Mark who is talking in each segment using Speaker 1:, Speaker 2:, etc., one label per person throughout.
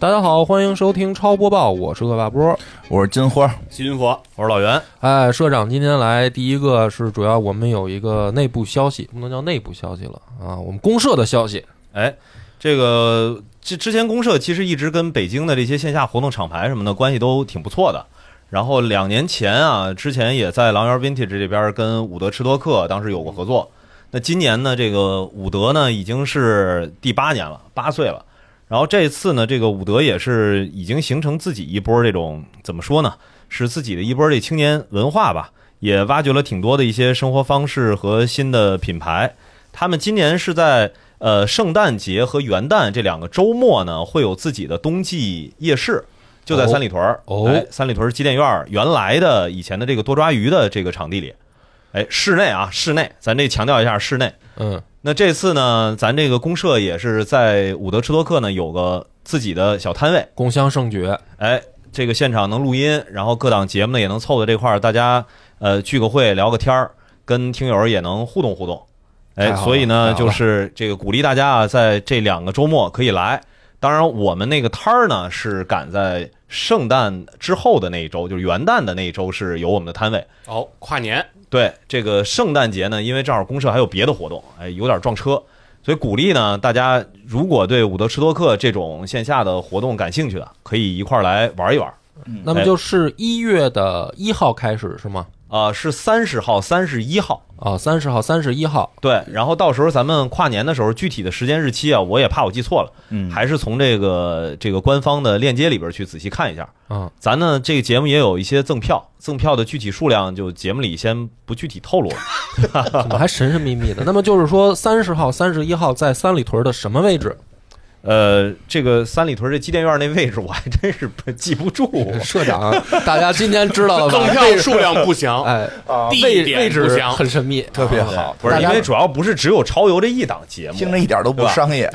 Speaker 1: 大家好，欢迎收听超播报，我是恶霸波。
Speaker 2: 我是金花，
Speaker 3: 金佛，我是老袁，
Speaker 1: 哎，社长今天来，第一个是主要我们有一个内部消息，不能叫内部消息了啊，我们公社的消息。
Speaker 3: 哎，这个之之前公社其实一直跟北京的这些线下活动厂牌什么的关系都挺不错的。然后两年前啊，之前也在狼园 Vintage 这边跟伍德吃多克当时有过合作。那今年呢，这个伍德呢已经是第八年了，八岁了。然后这次呢，这个伍德也是已经形成自己一波这种怎么说呢，是自己的一波这青年文化吧，也挖掘了挺多的一些生活方式和新的品牌。他们今年是在呃，圣诞节和元旦这两个周末呢，会有自己的冬季夜市，就在三里屯儿。
Speaker 1: 哦哦
Speaker 3: 哎三里屯儿机电院儿原来的以前的这个多抓鱼的这个场地里，哎，室内啊，室内，咱这强调一下，室内。
Speaker 1: 嗯，
Speaker 3: 那这次呢，咱这个公社也是在伍德吃多克呢有个自己的小摊位，
Speaker 1: 共襄盛举，
Speaker 3: 哎，这个现场能录音，然后各档节目呢也能凑到这块儿，大家呃聚个会聊个天儿，跟听友也能互动互动。
Speaker 1: 太
Speaker 3: 哎，
Speaker 1: 好了
Speaker 3: 所以
Speaker 1: 太好
Speaker 3: 呢，
Speaker 1: 了
Speaker 3: 就是这个鼓励大家啊，在这两个周末可以来。当然，我们那个摊儿呢是赶在圣诞之后的那一周，就是元旦的那一周是有我们的摊位。
Speaker 4: 哦，跨年
Speaker 3: 对这个圣诞节呢，因为正好公社还有别的活动，哎，有点撞车，所以鼓励呢大家，如果对伍德吃多克这种线下的活动感兴趣的，可以一块儿来玩一玩。
Speaker 1: 那么就是一月的一号开始是吗？
Speaker 3: 啊、是三十号、三十一号，
Speaker 1: 啊，三十号、三十一号，
Speaker 3: 对。然后到时候咱们跨年的时候，具体的时间日期啊，我也怕我记错了，
Speaker 2: 嗯，
Speaker 3: 还是从这个这个官方的链接里边去仔细看一下。
Speaker 1: 嗯，
Speaker 3: 咱呢这个节目也有一些赠票，赠票的具体数量就节目里先不具 体透露了。
Speaker 1: 怎么还神神秘秘的？那么就是说，三十号、三十一号在三里屯的什么位置？
Speaker 3: 呃，这个三里屯这机电院那位置我还真是不记不住。
Speaker 1: 社 长，大家今天知道 了
Speaker 4: 赠
Speaker 1: 吧？
Speaker 4: 票数量 不详，
Speaker 1: 哎，
Speaker 4: 地
Speaker 1: 位
Speaker 4: 点
Speaker 1: 位
Speaker 4: 不
Speaker 1: 置
Speaker 4: 详，
Speaker 1: 很神秘，啊
Speaker 2: 特别好，
Speaker 3: 不是，
Speaker 2: 大
Speaker 3: 因
Speaker 2: 家
Speaker 3: 为主要不是只有超游这一档节目，
Speaker 2: 听着一点都不商业，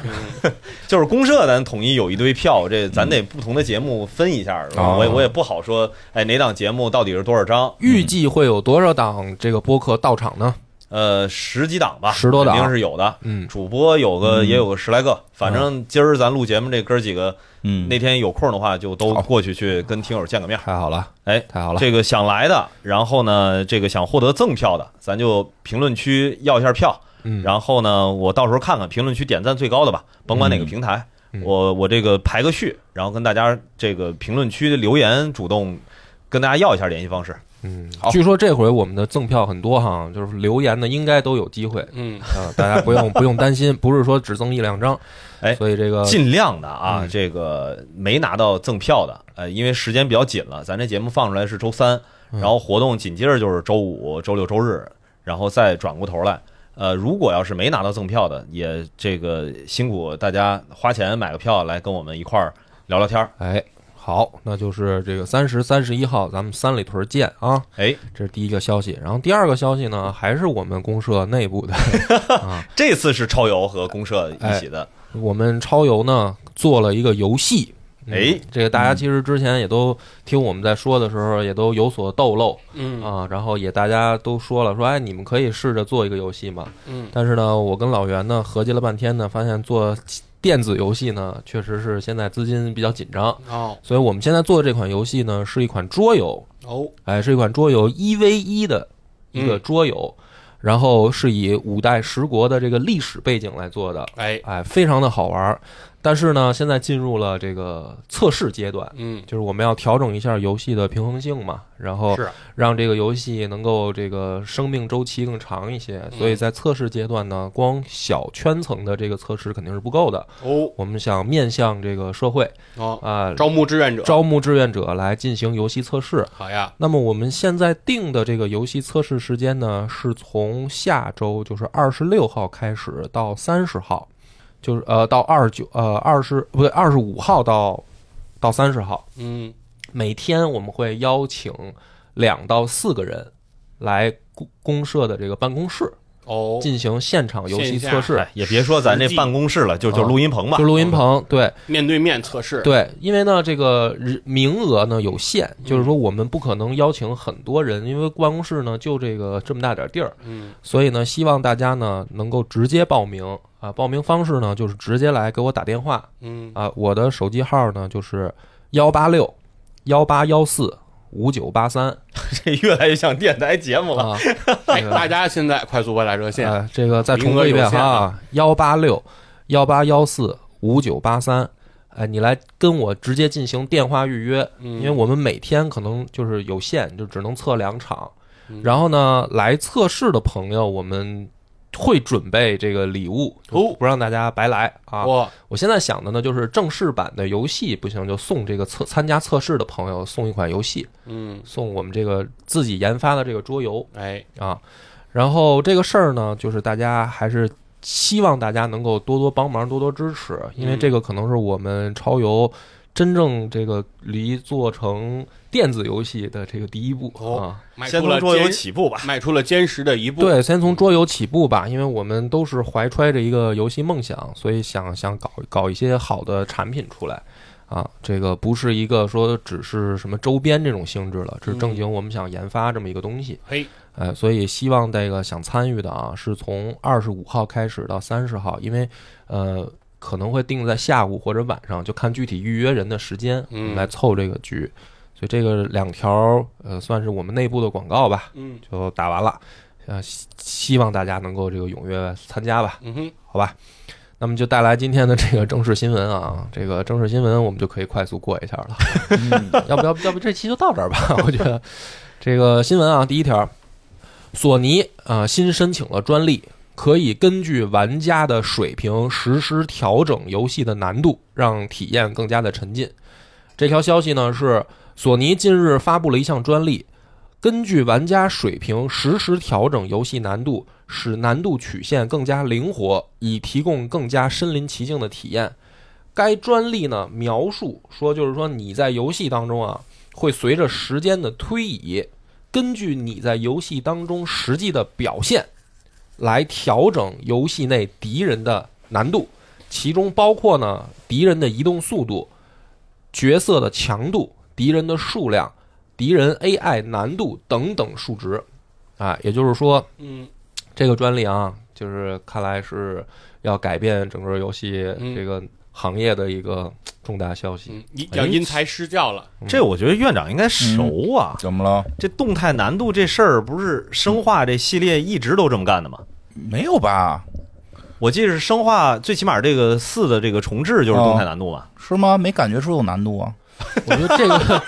Speaker 3: 就是公社咱统一有一堆票，这咱得不同的节目分一下，是吧
Speaker 2: 哦
Speaker 3: 我也我也不好说，哎，哪档节目到底是多少张？
Speaker 1: 预计会有多少档这个播客到场呢？
Speaker 3: 呃，十几档吧，
Speaker 1: 十多档
Speaker 3: 肯定是有的。
Speaker 1: 嗯，
Speaker 3: 主播有个也有个十来个，反正今儿咱录节目这哥几个，
Speaker 2: 嗯
Speaker 3: 那天有空的话就都
Speaker 2: 好
Speaker 3: 过去去跟听友见个面。
Speaker 1: 太好了，
Speaker 3: 哎，
Speaker 1: 太好了。
Speaker 3: 这个想来的，然后呢，这个想获得赠票的，咱就评论区要一下票。
Speaker 1: 嗯
Speaker 3: 然后呢，我到时候看看评论区点赞最高的吧，甭管哪个平台，
Speaker 1: 嗯
Speaker 3: 我我这个排个序，然后跟大家这个评论区留言主动跟大家要一下联系方式。
Speaker 1: 嗯，据说这回我们的赠票很多哈，就是留言的应该都有机会
Speaker 4: 嗯，
Speaker 1: 啊、大家不用不用担心，不是说只赠一两张，
Speaker 3: 哎
Speaker 1: 所以这个
Speaker 3: 尽量的啊，
Speaker 1: 呃嗯
Speaker 3: 这个没拿到赠票的，呃，因为时间比较紧了，咱这节目放出来是周三，
Speaker 1: 嗯
Speaker 3: 然后活动紧接着就是周五、周六、周日，然后再转过头来。呃，如果要是没拿到赠票的，也这个辛苦大家花钱买个票来跟我们一块儿聊聊天儿。
Speaker 1: 哎好，那就是这个三十三十一号咱们三里屯见啊，
Speaker 3: 哎，
Speaker 1: 这是第一个消息。然后第二个消息呢，还是我们公社内部的，
Speaker 3: 这次是超游和公社一起
Speaker 4: 哎
Speaker 3: 的，
Speaker 1: 我们超游呢做了一个游戏。嗯
Speaker 3: 哎，
Speaker 1: 这个大家其实之前也都听我们在说的时候，也都有所透露，
Speaker 4: 嗯
Speaker 1: 啊，然后也大家都说了，说哎，你们可以试着做一个游戏嘛，
Speaker 4: 嗯，
Speaker 1: 但是呢，我跟老袁呢合计了半天呢，发现做电子游戏呢，确实是现在资金比较紧张，
Speaker 4: 哦
Speaker 1: 所以我们现在做的这款游戏呢，是一款桌游，
Speaker 4: 哦，
Speaker 1: 哎，是一款桌游一 v 一的一个桌游，然后是以五代十国的这个历史背景来做的，
Speaker 4: 哎，
Speaker 1: 哎，非常的好玩儿。但是呢，现在进入了这个测试阶段，
Speaker 4: 嗯，
Speaker 1: 就是我们要调整一下游戏的平衡性嘛，然后
Speaker 4: 是啊
Speaker 1: 让这个游戏能够这个生命周期更长一些。所以在测试阶段呢，光小圈层的这个测试肯定是不够的，
Speaker 4: 哦
Speaker 1: 我们想面向这个社会
Speaker 4: 哦，
Speaker 1: 啊、
Speaker 4: 招募志愿者，
Speaker 1: 招募志愿者来进行游戏测试。
Speaker 4: 好呀，
Speaker 1: 那么我们现在定的这个游戏测试时间呢，是从下周就是二十六号开始到三十号，就是呃到二九呃二十不对二十五号到到三十号。
Speaker 4: 嗯
Speaker 1: 每天我们会邀请两到四个人来公公社的这个办公室
Speaker 4: 哦，
Speaker 1: 进行现场游戏
Speaker 4: 线下
Speaker 1: 测试
Speaker 3: 哎，，也别说咱这办公室了，就就
Speaker 1: 啊
Speaker 3: 录音棚吧
Speaker 1: 就。录音棚。对
Speaker 4: 面对面测试，
Speaker 1: 对，因为呢这个人名额呢有限，就是说我们不可能邀请很多人，因为办公室呢就这个这么大点儿地儿，
Speaker 4: 嗯
Speaker 1: 所以呢希望大家呢能够直接报名啊，报名方式呢就是直接来给我打电话
Speaker 4: 嗯，
Speaker 1: 啊，我的手机号呢就是幺八六幺八幺四五九八三
Speaker 3: 这 越来越像电台节目了。
Speaker 1: 啊，那
Speaker 4: 哎，
Speaker 1: 个
Speaker 4: 大家现在快速拨打热线，
Speaker 1: 呃，这个再重复一遍
Speaker 4: 名额有限
Speaker 1: 哈
Speaker 4: 啊，
Speaker 1: 幺八六幺八幺四五九八三，哎，你来跟我直接进行电话预约，
Speaker 4: 嗯
Speaker 1: 因为我们每天可能就是有限，就只能测两场
Speaker 4: 嗯。
Speaker 1: 然后呢，来测试的朋友，我们会准备这个礼物，
Speaker 4: 哦
Speaker 1: 不让大家白来啊！
Speaker 4: 哇，
Speaker 1: 我现在想的呢，就是正式版的游戏不行，就送这个测参加测试的朋友送一款游戏，
Speaker 4: 嗯，
Speaker 1: 送我们这个自己研发的这个桌游。
Speaker 4: 哎，
Speaker 1: 啊。然后这个事儿呢，就是大家还是希望大家能够多多帮忙、多多支持，因为
Speaker 4: 嗯
Speaker 1: 这个可能是我们超游真正这个离做成电子游戏的这个第一步
Speaker 4: 哦
Speaker 1: 啊。
Speaker 4: 迈
Speaker 3: 先
Speaker 4: 出
Speaker 3: 从
Speaker 4: 了
Speaker 3: 桌游
Speaker 4: 坚，
Speaker 3: 起步吧。
Speaker 4: 迈出了坚实的一步。，
Speaker 1: 对，先从桌游起步吧，因为我们都是怀揣着一个游戏梦想，所以想想搞搞一些好的产品出来。啊，这个不是一个说只是什么周边这种性质了，这是正经我们想研发这么一个东西。
Speaker 4: 嗯嘿，
Speaker 1: 呃，所以希望这个想参与的啊，是从二十五号开始到三十号，因为呃可能会定在下午或者晚上，就看具体预约人的时间，我们
Speaker 4: 嗯
Speaker 1: 来凑这个局。所以这个两条呃算是我们内部的广告吧，
Speaker 4: 嗯
Speaker 1: 就打完了。呃，希希望大家能够这个踊跃参加吧，
Speaker 4: 嗯哼，
Speaker 1: 好吧？那么就带来今天的这个正式新闻啊，这个正式新闻我们就可以快速过一下了。要不要不要不这期就到这儿吧？我觉得这个新闻啊，第一条，索尼啊、呃新申请了专利，可以根据玩家的水平实施调整游戏的难度，让体验更加的沉浸。这条消息呢是索尼近日发布了一项专利，根据玩家水平实时调整游戏难度，使难度曲线更加灵活，以提供更加身临其境的体验。该专利呢描述说，就是说你在游戏当中啊，会随着时间的推移，根据你在游戏当中实际的表现，来调整游戏内敌人的难度，其中包括呢敌人的移动速度、角色的强度、敌人的数量、敌人 AI 难度等等数值。啊，也就是说，
Speaker 4: 嗯
Speaker 1: 这个专利啊，就是看来是要改变整个游戏
Speaker 4: 嗯
Speaker 1: 这个行业的一个重大消息。
Speaker 4: 嗯，一要因材施教了。
Speaker 3: 这我觉得院长应该熟啊。
Speaker 2: 怎么了？
Speaker 3: 这动态难度这事儿不是生化这系列一直都这么干的吗？
Speaker 2: 没有吧？
Speaker 3: 我记得是生化，最起码这个四的这个重置就是动态难度嘛。
Speaker 2: 是吗？没感觉出有难度啊？
Speaker 1: 我觉得这 个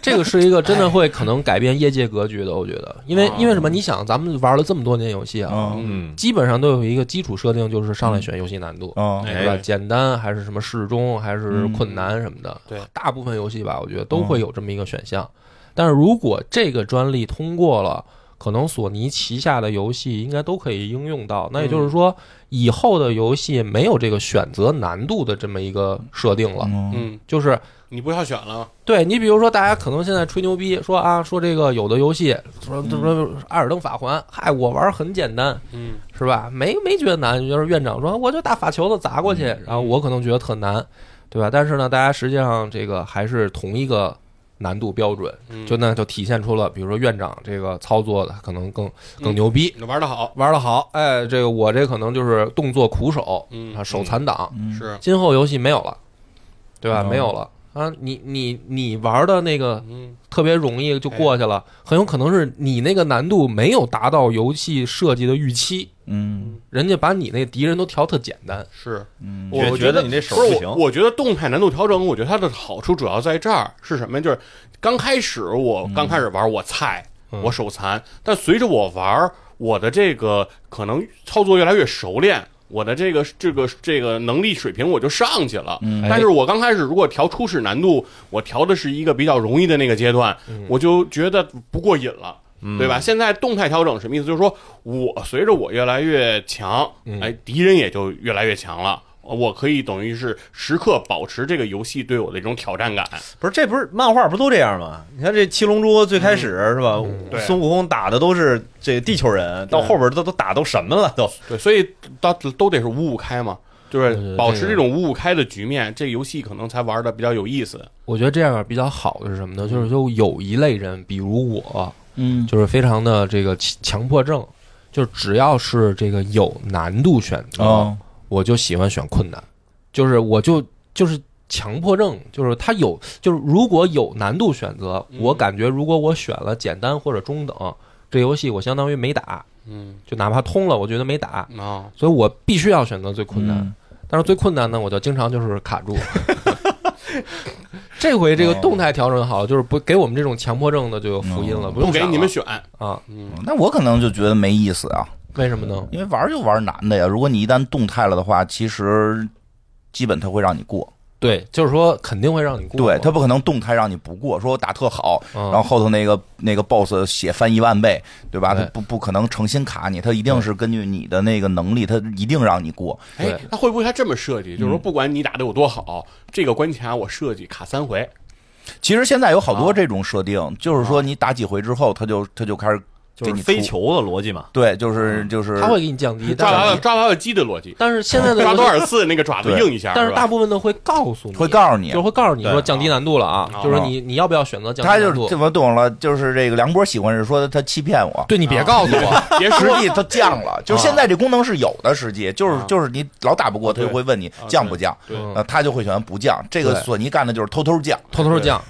Speaker 1: 这个是一个真的会可能改变业界格局的，我觉得，因为
Speaker 4: 哎哦
Speaker 1: 因为什么？你想，咱们玩了这么多年游戏啊，
Speaker 2: 嗯
Speaker 3: 嗯，
Speaker 1: 基本上都有一个基础设定，就是上来选游戏难度。
Speaker 2: 嗯
Speaker 4: 哎嗯
Speaker 1: 对吧？简单还是什么适中，还是困难什么的，
Speaker 4: 对
Speaker 1: 大部分游戏吧，我觉得都会有这么一个选项。但是如果这个专利通过了，可能索尼旗下的游戏应该都可以应用到。那也
Speaker 4: 嗯
Speaker 1: 就是说，以后的游戏没有这个选择难度的这么一个设定了，
Speaker 2: 嗯
Speaker 4: 嗯，
Speaker 1: 就是
Speaker 4: 你不要选了，
Speaker 1: 对你，比如说，大家可能现在吹牛逼说啊，说这个有的游戏说这说《艾尔登法环》，嗨，我玩儿很简单，
Speaker 4: 嗯，
Speaker 1: 是吧？没没觉得难，就是院长说我就打法球子砸过去，
Speaker 4: 嗯
Speaker 1: 然后我可能觉得特难，对吧？但是呢，大家实际上这个还是同一个难度标准，
Speaker 4: 嗯
Speaker 1: 就那就体现出了，比如说院长这个操作的可能更更
Speaker 4: 嗯
Speaker 1: 牛逼，
Speaker 4: 你玩的好，
Speaker 1: 玩的好，哎，这个我这可能就是动作苦手
Speaker 4: 嗯
Speaker 1: 啊，手残党，
Speaker 2: 嗯
Speaker 4: 是，
Speaker 1: 今后游戏没有了，对吧？
Speaker 4: 哦
Speaker 2: 嗯
Speaker 1: 没有了啊！你你你玩的那个
Speaker 4: 嗯
Speaker 1: 特别容易就过去了，
Speaker 4: 哎
Speaker 1: 很有可能是你那个难度没有达到游戏设计的预期，
Speaker 2: 嗯
Speaker 1: 人家把你那敌人都调特简单。
Speaker 4: 是，
Speaker 2: 嗯
Speaker 4: 我
Speaker 3: 觉
Speaker 4: 觉
Speaker 3: 得
Speaker 4: 得
Speaker 3: 你这手
Speaker 4: 不是
Speaker 3: 不行
Speaker 4: 我，我觉得动态难度调整，我觉得它的好处主要在这儿是什么呀？就是刚开始我刚开始玩我菜，
Speaker 1: 嗯
Speaker 4: 我手残，但随着我玩，我的这个可能操作越来越熟练。我的这个这个这个能力水平我就上去了，但是我刚开始如果调初始难度，我调的是一个比较容易的那个阶段，我就觉得不过瘾了，对吧？现在动态调整什么意思？就是说我随着我越来越强，
Speaker 1: 嗯
Speaker 4: 哎，敌人也就越来越强了。我可以等于是时刻保持这个游戏对我的一种挑战感，
Speaker 3: 不是，这不是漫画不都这样吗？你看这七龙珠最开始、
Speaker 4: 嗯
Speaker 3: 是吧、
Speaker 4: 对
Speaker 3: 孙悟空打的都是这地球人，到后边都都打都什么了都？
Speaker 4: 对，所以到都得是五五开嘛，就
Speaker 1: 对对
Speaker 4: 是
Speaker 1: 对
Speaker 4: 保
Speaker 1: 这
Speaker 4: 持
Speaker 1: 个
Speaker 4: 这种五五开的局面，这游戏可能才玩的比较有意思。
Speaker 1: 我觉得这样比较好的是什么呢？就是就有一类人，比如我，
Speaker 2: 嗯
Speaker 1: 就是非常的这个强强迫症，就是只要是这个有难度选择，
Speaker 2: 哦
Speaker 1: 我就喜欢选困难，就是我就就是强迫症，就是它有就是如果有难度选择，
Speaker 4: 嗯
Speaker 1: 我感觉如果我选了简单或者中等，这游戏我相当于没打，
Speaker 4: 嗯
Speaker 1: 就哪怕通了，我觉得没打，
Speaker 4: 啊，
Speaker 1: 所以我必须要选择最困难。
Speaker 2: 嗯
Speaker 1: 但是最困难呢，我就经常就是卡住。 这回这
Speaker 2: 哦
Speaker 1: 个动态调整好，就是不给我们这种强迫症的就有福音了，
Speaker 2: 嗯
Speaker 1: 不用
Speaker 4: 不给
Speaker 1: 想
Speaker 4: 你
Speaker 1: 了
Speaker 4: 们选，
Speaker 1: 啊？
Speaker 4: 嗯
Speaker 2: 那我可能就觉得没意思啊，
Speaker 1: 为什么呢？
Speaker 2: 因为玩儿就玩儿难的呀。如果你一旦动态了的话，其实基本它会让你过，
Speaker 1: 对，就是说肯定会让你过。
Speaker 2: 对，它不可能动态让你不过。说我打特好，
Speaker 1: 嗯
Speaker 2: 然后后头那个那个 boss 血翻一万倍，对吧？
Speaker 1: 对
Speaker 2: 它不不可能诚心卡你，它一定是根据你的那个能力，它一定让你过。
Speaker 4: 哎
Speaker 1: 对，嗯
Speaker 4: 那会不会他这么设计？就是说，不管你打的有多好，这个关卡我设计卡三回，
Speaker 2: 其实现在有好
Speaker 1: 啊
Speaker 2: 多这种设定，就是说你打几回之后，它就它就开始
Speaker 3: 就
Speaker 2: 给
Speaker 3: 是
Speaker 2: 你
Speaker 3: 飞
Speaker 2: 出，
Speaker 3: 球的逻辑嘛。
Speaker 2: 对，就是就是
Speaker 1: 嗯他会给你降低，
Speaker 4: 抓娃
Speaker 1: 但
Speaker 4: 娃
Speaker 1: 是
Speaker 4: 抓娃娃机的逻辑，
Speaker 1: 但是现在的
Speaker 4: 抓
Speaker 1: 游戏
Speaker 4: 多少次那个爪子
Speaker 2: 对
Speaker 4: 硬一下，
Speaker 1: 但是
Speaker 4: 吧
Speaker 1: 大部分的会告诉你，
Speaker 2: 会告诉你啊
Speaker 1: 就，会告诉你说
Speaker 3: 对
Speaker 1: 降低难度了啊，
Speaker 4: 啊
Speaker 1: 就是说你你要不要选择降
Speaker 2: 他
Speaker 1: 低
Speaker 2: 就
Speaker 1: 难
Speaker 2: 是
Speaker 1: 度
Speaker 2: 这？么懂了，就是这个梁波喜欢是说他欺骗我。
Speaker 1: 对啊你别告诉我，
Speaker 4: 别
Speaker 2: 实
Speaker 4: 说
Speaker 2: 际它降 了，就是现在这功能是有的，实际
Speaker 1: 啊
Speaker 2: 就是就是你老打不过，他就会问你
Speaker 4: 啊
Speaker 2: 降不降，
Speaker 4: 对
Speaker 1: 嗯
Speaker 2: 呃，他就会选不降。这个
Speaker 1: 对
Speaker 2: 索尼干的就是偷偷降，
Speaker 1: 偷偷降。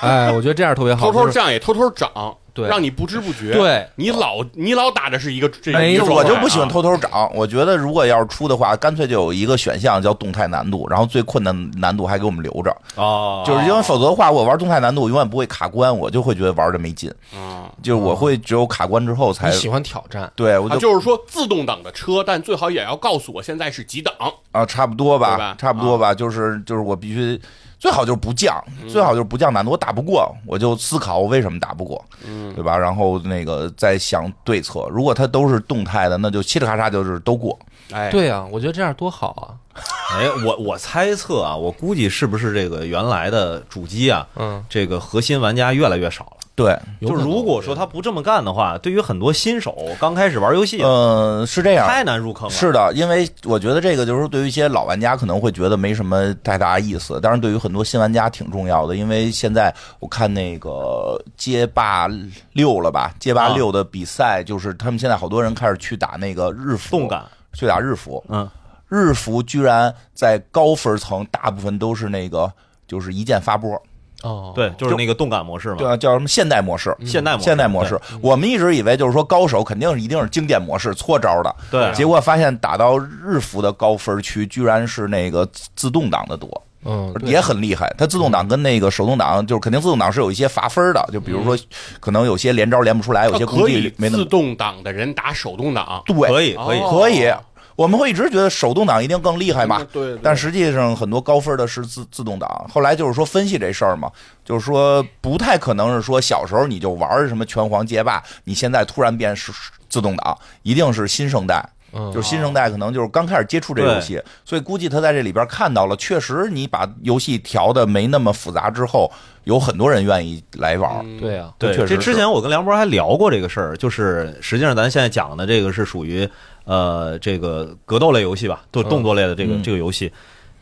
Speaker 1: 哎，我觉得这样特别好，
Speaker 4: 偷偷
Speaker 1: 就是
Speaker 4: 降也偷偷涨，
Speaker 1: 对
Speaker 4: 让你不知不觉。，
Speaker 1: 对，
Speaker 4: 你老你老打的是一个这
Speaker 1: 没
Speaker 4: 一个
Speaker 1: 错
Speaker 4: 状
Speaker 2: 我
Speaker 4: 态啊
Speaker 2: 就不喜欢偷偷涨。我觉得如果要是出的话，干脆就有一个选项叫动态难度，然后最困难难度还给我们留着，
Speaker 3: 哦
Speaker 2: 就是因为否则的话，我玩动态难度我永远不会卡关，我就会觉得玩的没劲，
Speaker 4: 啊。
Speaker 2: 就是我会只有卡关之后才
Speaker 1: 你喜欢挑战，
Speaker 2: 对，我
Speaker 4: 啊，
Speaker 2: 就
Speaker 4: 就是说自动挡的车，但最好也要告诉我现在是几档。
Speaker 2: 啊，差不多
Speaker 4: 对吧
Speaker 2: 吧，差不多吧，就是就是我必须。最好就是不降，最好就是不降难度。我打不过，我就思考我为什么打不过，
Speaker 4: 嗯
Speaker 2: 对吧？然后那个再想对策。如果它都是动态的，那就嘁哩咔嚓就是都过。
Speaker 4: 哎，
Speaker 1: 对啊，我觉得这样多好啊，
Speaker 3: 哎，我我猜测啊，我估计是不是这个原来的主机啊，
Speaker 1: 嗯，
Speaker 3: 这个核心玩家越来越少了。
Speaker 2: 对，
Speaker 1: 有
Speaker 3: 就
Speaker 1: 可
Speaker 3: 是
Speaker 1: 能
Speaker 3: 如果说他不这么干的话，对于很多新手刚开始玩游戏，
Speaker 2: 呃，是这样，
Speaker 3: 太难入坑了。
Speaker 2: 是的，因为我觉得这个就是说对于一些老玩家可能会觉得没什么太大意思，但是对于很多新玩家挺重要的。因为现在我看那个街霸六了吧，街霸
Speaker 3: 啊
Speaker 2: 六的比赛，就是他们现在好多人开始去打那个日服，
Speaker 3: 动感，
Speaker 2: 去打日服，
Speaker 3: 嗯，
Speaker 2: 日服居然在高分层大部分都是那个就是一键发波，
Speaker 1: 哦，
Speaker 3: 对，就是那个动感模式嘛
Speaker 2: 对，啊，叫什么现代模式。嗯
Speaker 3: 现代模式，
Speaker 2: 现代模式，我们一直以为就是说高手肯定是一定是经典模式搓招的，
Speaker 3: 对啊
Speaker 2: 结果发现打到日服的高分区，居然是那个自自动挡的多，
Speaker 1: 嗯，对
Speaker 2: 也很厉害。它自动挡跟那个手动挡，就是肯定自动挡是有一些罚分的，就比如说可能有些连招连不出来，有
Speaker 4: 嗯那
Speaker 2: 些
Speaker 4: 可
Speaker 2: 攻
Speaker 4: 以
Speaker 2: 击没那
Speaker 4: 自
Speaker 2: 么
Speaker 4: 动挡的人打手动挡，
Speaker 2: 对，
Speaker 3: 可以可以，
Speaker 4: 哦
Speaker 2: 可以。我们会一直觉得手动挡一定更厉害嘛
Speaker 4: 嗯，对对
Speaker 2: 但实际上很多高分的是自自动挡。后来就是说分析这事儿嘛，就是说不太可能是说小时候你就玩什么拳皇街霸，你现在突然变是自动挡，一定是新生代。
Speaker 1: 嗯
Speaker 2: 就是新生代可能就是刚开始接触这游戏，所以估计他在这里边看到了，确实你把游戏调的没那么复杂之后，有很多人愿意来玩。
Speaker 4: 嗯
Speaker 1: 对啊，
Speaker 3: 对，
Speaker 2: 确实
Speaker 3: 这之
Speaker 2: 是
Speaker 3: 前我跟梁博还聊过这个事儿，就是实际上咱现在讲的这个是属于呃这个格斗类游戏吧，就
Speaker 1: 嗯
Speaker 3: 动作类的这个、
Speaker 2: 嗯
Speaker 3: 这个游戏，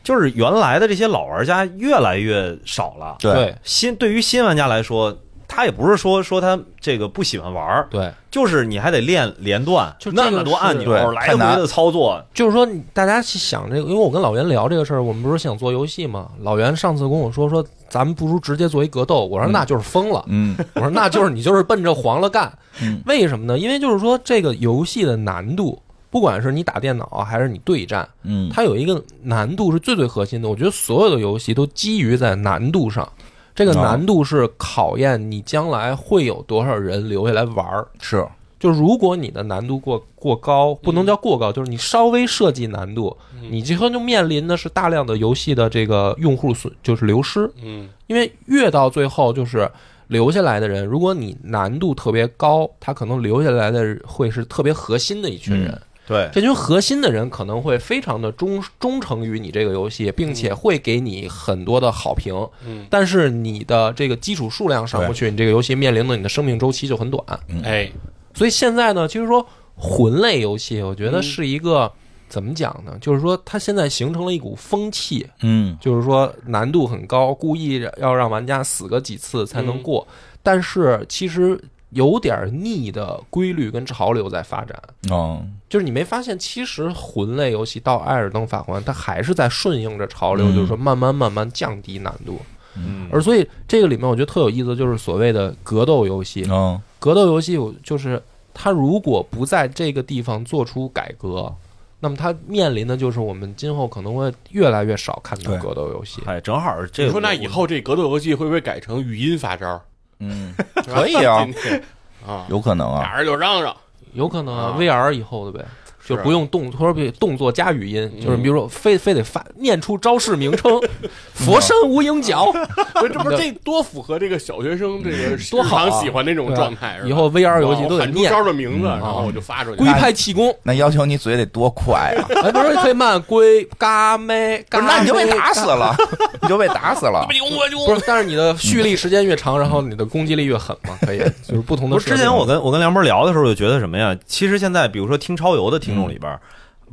Speaker 3: 就是原来的这些老玩家越来越少了。
Speaker 1: 对
Speaker 3: 新对于新玩家来说，他也不是说说他这个不喜欢玩儿，
Speaker 1: 对，
Speaker 3: 就是你还得练连段，
Speaker 1: 就
Speaker 3: 那
Speaker 1: 这个
Speaker 3: 么多按
Speaker 1: 是
Speaker 3: 钮
Speaker 2: 对，
Speaker 3: 来
Speaker 2: 太
Speaker 3: 回
Speaker 2: 难
Speaker 3: 的操作，
Speaker 1: 就是说你大家去想这个，因为我跟老袁聊这个事儿，我们不是想做游戏吗？老袁上次跟我说说，咱们不如直接做一格斗，我说那就是疯了，
Speaker 2: 嗯，
Speaker 1: 我说那就是你就是奔着黄了干，
Speaker 2: 嗯
Speaker 1: 为什么呢？因为就是说这个游戏的难度，不管是你打电脑啊还是你对战，
Speaker 2: 嗯，
Speaker 1: 它有一个难度是最最核心的。我觉得所有的游戏都基于在难度上，这个
Speaker 2: 哦
Speaker 1: 难度是考验你将来会有多少人留下来玩儿。
Speaker 2: 是
Speaker 1: 就如果你的难度过过高，不能叫过高，就是你稍微设计难度，你最后就面临的是大量的游戏的这个用户损，就是流失。
Speaker 4: 嗯，
Speaker 1: 因为越到最后就是留下来的人，如果你难度特别高，他可能留下来的会是特别核心的一群人。
Speaker 3: 对
Speaker 1: 这群核心的人可能会非常的忠忠诚于你这个游戏，并且会给你很多的好评。
Speaker 4: 嗯，
Speaker 1: 但是你的这个基础数量上不去，你这个游戏面临的你的生命周期就很短。
Speaker 4: 哎，
Speaker 1: 所以现在呢，其实说魂类游戏，我觉得是一个、怎么讲呢？就是说它现在形成了一股风气，
Speaker 2: 嗯
Speaker 1: 就是说难度很高，故意要让玩家死个几次才能过。但是其实有点逆的规律跟潮流在发展。
Speaker 2: 哦，
Speaker 1: 就是你没发现，其实魂类游戏到《艾尔登法环》，它还是在顺应着潮流，
Speaker 2: 嗯
Speaker 1: 就是说慢慢慢慢降低难度。
Speaker 3: 嗯
Speaker 1: 而所以这个里面我觉得特有意思，就是所谓的格斗游戏。
Speaker 2: 嗯
Speaker 1: 格斗游戏有就是它如果不在这个地方做出改革，那么它面临的就是我们今后可能会越来越少看到
Speaker 2: 对
Speaker 1: 格斗游戏。
Speaker 3: 哎，正好这
Speaker 4: 你
Speaker 3: 个
Speaker 4: 说那以后这格斗游戏会不会改成语音发招？
Speaker 2: 嗯，可以啊
Speaker 4: 今天啊，
Speaker 2: 有可能啊，
Speaker 4: 俩人就嚷嚷，
Speaker 1: 有可能啊
Speaker 4: 啊
Speaker 1: VR 以后的呗，
Speaker 4: 是啊
Speaker 1: 就不用动，或者比动作加语音，就是
Speaker 4: 嗯
Speaker 1: 比如说非非得发念出招式名称， 佛山无影脚，
Speaker 4: 不是这不是这多符合这个小学生这个
Speaker 1: 多好啊
Speaker 4: 市场喜欢这种
Speaker 1: 对啊
Speaker 4: 状态。是吧
Speaker 1: 以后 VR 游戏
Speaker 4: 我
Speaker 1: 都得
Speaker 4: 喊出
Speaker 1: 念
Speaker 4: 招的名字，
Speaker 2: 嗯
Speaker 4: 然后我就发出去
Speaker 1: 龟。派气 功，
Speaker 2: 那要求你嘴得多快 啊！
Speaker 1: 哎，不是可以慢龟嘎咩嘎
Speaker 2: 不是，
Speaker 1: 咩，
Speaker 2: 那你就被打
Speaker 1: 嘎
Speaker 2: 死。了，你就被打死 了
Speaker 4: 不。行，我就
Speaker 1: 不是，但是你的蓄力时间越长，然后你的攻击力越狠嘛， 可以，就是不同的
Speaker 3: 不
Speaker 1: 设
Speaker 3: 是
Speaker 1: 定。
Speaker 3: 之前我跟我跟梁波聊的时候，我就觉得什么呀？其实现在比如说听超游的听众里边。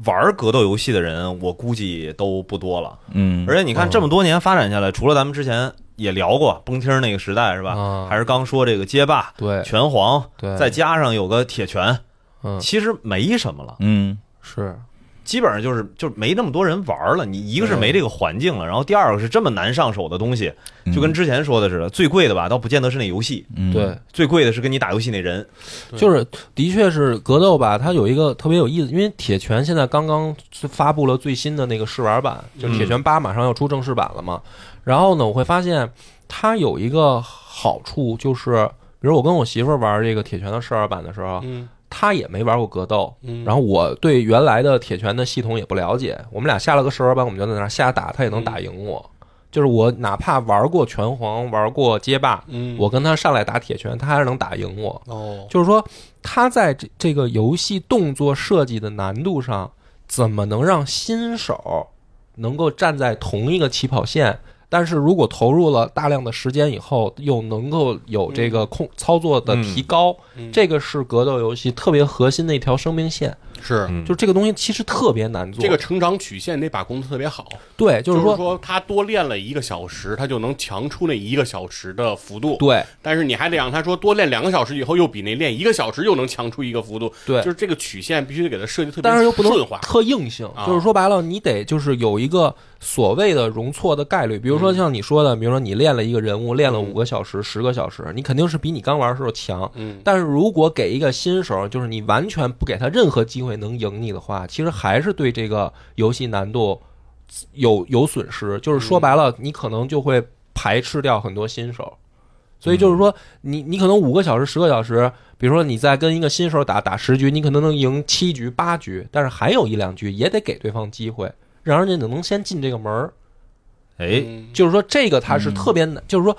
Speaker 3: 玩格斗游戏的人，我估计都不多了。
Speaker 2: 嗯
Speaker 3: 而且你看，
Speaker 1: 嗯
Speaker 3: 这么多年发展下来，除了咱们之前也聊过蹦厅那个时代是吧？
Speaker 1: 啊
Speaker 3: 还是刚说这个街霸、
Speaker 1: 对
Speaker 3: 拳皇，
Speaker 1: 对，
Speaker 3: 再加上有个铁拳，
Speaker 1: 嗯
Speaker 3: 其实没什么了。
Speaker 2: 嗯，
Speaker 1: 是
Speaker 3: 基本上就是就是没那么多人玩了。你一个是
Speaker 1: 对
Speaker 3: 没这个环境了，然后第二个是这么难上手的东西，
Speaker 2: 嗯
Speaker 3: 就跟之前说的似的，最贵的吧，倒不见得是那游戏，
Speaker 2: 嗯
Speaker 1: 对，
Speaker 3: 最贵的是跟你打游戏那人。
Speaker 4: 对
Speaker 1: 就是的确是格斗吧，它有一个特别有意思，因为铁拳现在刚刚发布了最新的那个试玩版，
Speaker 4: 嗯
Speaker 1: 就是铁拳八马上要出正式版了嘛。然后呢，我会发现它有一个好处，就是比如我跟我媳妇儿玩这个铁拳的试玩版的时候，
Speaker 4: 嗯
Speaker 1: 她也没玩过格斗。
Speaker 4: 嗯，
Speaker 1: 然后我对原来的铁拳的系统也不了解，我们俩下了个试玩版，我们就在那儿瞎打，她
Speaker 4: 嗯
Speaker 1: 也能打赢我。就是我哪怕玩过拳皇，玩过街霸，
Speaker 4: 嗯
Speaker 1: 我跟她上来打铁拳，她还是能打赢我。
Speaker 4: 哦，
Speaker 1: 就是说，他在这这个游戏动作设计的难度上，怎么能让新手能够站在同一个起跑线？但是如果投入了大量的时间以后，又能够有这个控操作的提高，
Speaker 4: 嗯
Speaker 1: 这个是格斗游戏特别核心的一条生命线。
Speaker 4: 是
Speaker 1: 就这个东西其实特别难嗯做。
Speaker 4: 嗯这个成长曲线得把控的特别好，
Speaker 1: 对，就
Speaker 4: 就是
Speaker 1: 说，
Speaker 4: 说他多练了一个小时，他就能强出那一个小时的幅度。
Speaker 1: 对
Speaker 4: 但是你还得让他说多练两个小时以后，又比那练一个小时又能强出一个幅度，
Speaker 1: 对
Speaker 4: 就是这个曲线必须得给他设计特别，
Speaker 1: 但是又不能
Speaker 4: 顺滑。
Speaker 1: 特硬性，
Speaker 4: 啊
Speaker 1: 就是说白了，你得就是有一个所谓的容错的概率。比如说像你说的，比如说你练了一个人物，练了五个小时、十个小时，你肯定是比你刚玩的时候强。
Speaker 4: 嗯，
Speaker 1: 但是如果给一个新手，就是你完全不给他任何机会能赢你的话，其实还是对这个游戏难度有有损失。就是说白了，你可能就会排斥掉很多新手。所以就是说，你你可能五个小时、十个小时，比如说你在跟一个新手打打十局，你可能能赢七局、八局，但是还有一两局也得给对方机会，让人家能先进这个门儿。
Speaker 3: 哎，
Speaker 4: 嗯
Speaker 1: 就是说，这个它是特别难，就是说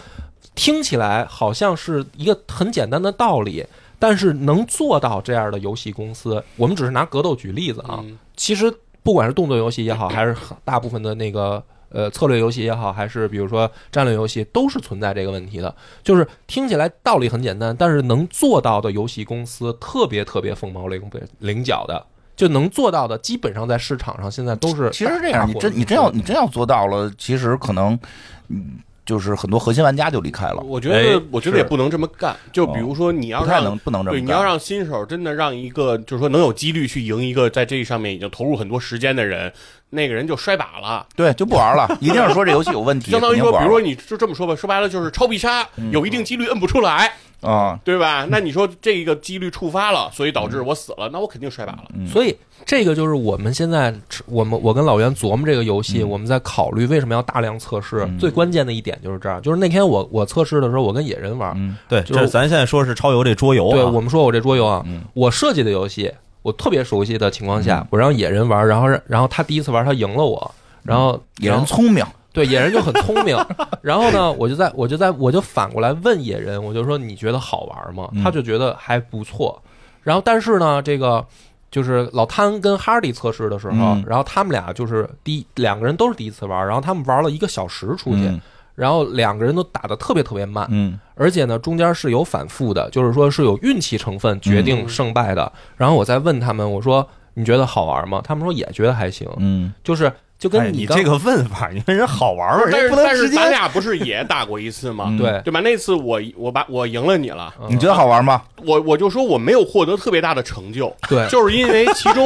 Speaker 1: 听起来好像是一个很简单的道理，但是能做到这样的游戏公司，我们只是拿格斗举例子啊，
Speaker 4: 嗯
Speaker 1: 其实不管是动作游戏也好，还是大部分的那个呃策略游戏也好，还是比如说战略游戏，都是存在这个问题的。就是听起来道理很简单，但是能做到的游戏公司特别特别凤毛麟呃麟角的，就能做到的，基本上在市场上现在都是
Speaker 2: 其实这
Speaker 1: 大
Speaker 2: 样，
Speaker 1: 火
Speaker 2: 你真你真要你真要做到了，其实可能，嗯，就是很多核心玩家就离开了，
Speaker 4: 我觉得
Speaker 3: 哎，
Speaker 4: 我觉得
Speaker 3: 是
Speaker 4: 也不能这么干。就
Speaker 1: 哦
Speaker 4: 比如说，你要
Speaker 2: 不太
Speaker 4: 让
Speaker 2: 能不能这么
Speaker 4: 对，
Speaker 2: 干。
Speaker 4: 你要让新手真的让一个就是说能有几率去赢一个在这上面已经投入很多时间的人，那个人就摔把了。
Speaker 2: 对就不玩了，一定是说这游戏有问题，
Speaker 4: 相当于
Speaker 2: 肯定
Speaker 4: 说，
Speaker 2: 不
Speaker 4: 比
Speaker 2: 玩
Speaker 4: 如
Speaker 2: 了
Speaker 4: 说你就这么说吧，说白了就是超必杀，有一定几率摁不出来，
Speaker 2: 啊，
Speaker 4: 对吧？那你说这个几率触发了，所以导致我死了，那我肯定摔把了。
Speaker 1: 所以这个就是我们现在我们我跟老袁琢磨这个游戏，我们在考虑为什么要大量测试。最关键的一点就是这样，就是那天我我测试的时候，我跟野人
Speaker 4: 嗯
Speaker 1: 玩，
Speaker 2: 嗯
Speaker 3: 对，
Speaker 1: 就
Speaker 3: 这
Speaker 1: 是
Speaker 3: 咱现在说是超游这桌游啊，
Speaker 1: 对我们说我这桌游啊，我设计的游戏，我特别熟悉的情况下，我让野人玩，然后让然后他第一次玩他赢了我，然后
Speaker 2: 也
Speaker 1: 然后
Speaker 2: 人聪明，
Speaker 1: 对野人就很聪明，然后呢，我就在我就在我就反过来问野人，我就说你觉得好玩吗？
Speaker 2: 嗯
Speaker 1: 他就觉得还不错，然后但是呢，这个。就是老汤跟哈迪测试的时候，
Speaker 2: 嗯
Speaker 1: 然后他们俩就是第一两个人都是第一次玩，然后他们玩了一个小时出去，
Speaker 2: 嗯
Speaker 1: 然后两个人都打得特别特别慢，
Speaker 2: 嗯
Speaker 1: 而且呢，中间是有反复的，就是说是有运气成分决定胜败的。然后我再问他们，我说你觉得好玩吗？他们说也觉得还行。
Speaker 2: 嗯
Speaker 1: 就是就
Speaker 2: 哎
Speaker 1: 跟
Speaker 3: 你
Speaker 1: 刚
Speaker 3: 这个问法，你跟人好玩玩，
Speaker 4: 但
Speaker 3: 人
Speaker 4: 是
Speaker 3: 不能
Speaker 4: 但
Speaker 3: 直
Speaker 4: 是
Speaker 3: 接。
Speaker 4: 咱俩不是也打过一次吗
Speaker 2: 嗯？
Speaker 1: 对
Speaker 4: 对吧？那次我我把我赢了你了，
Speaker 2: 你觉得好玩吗？
Speaker 4: 我我就说我没有获得特别大的成就，
Speaker 1: 对
Speaker 4: 就是因为其 中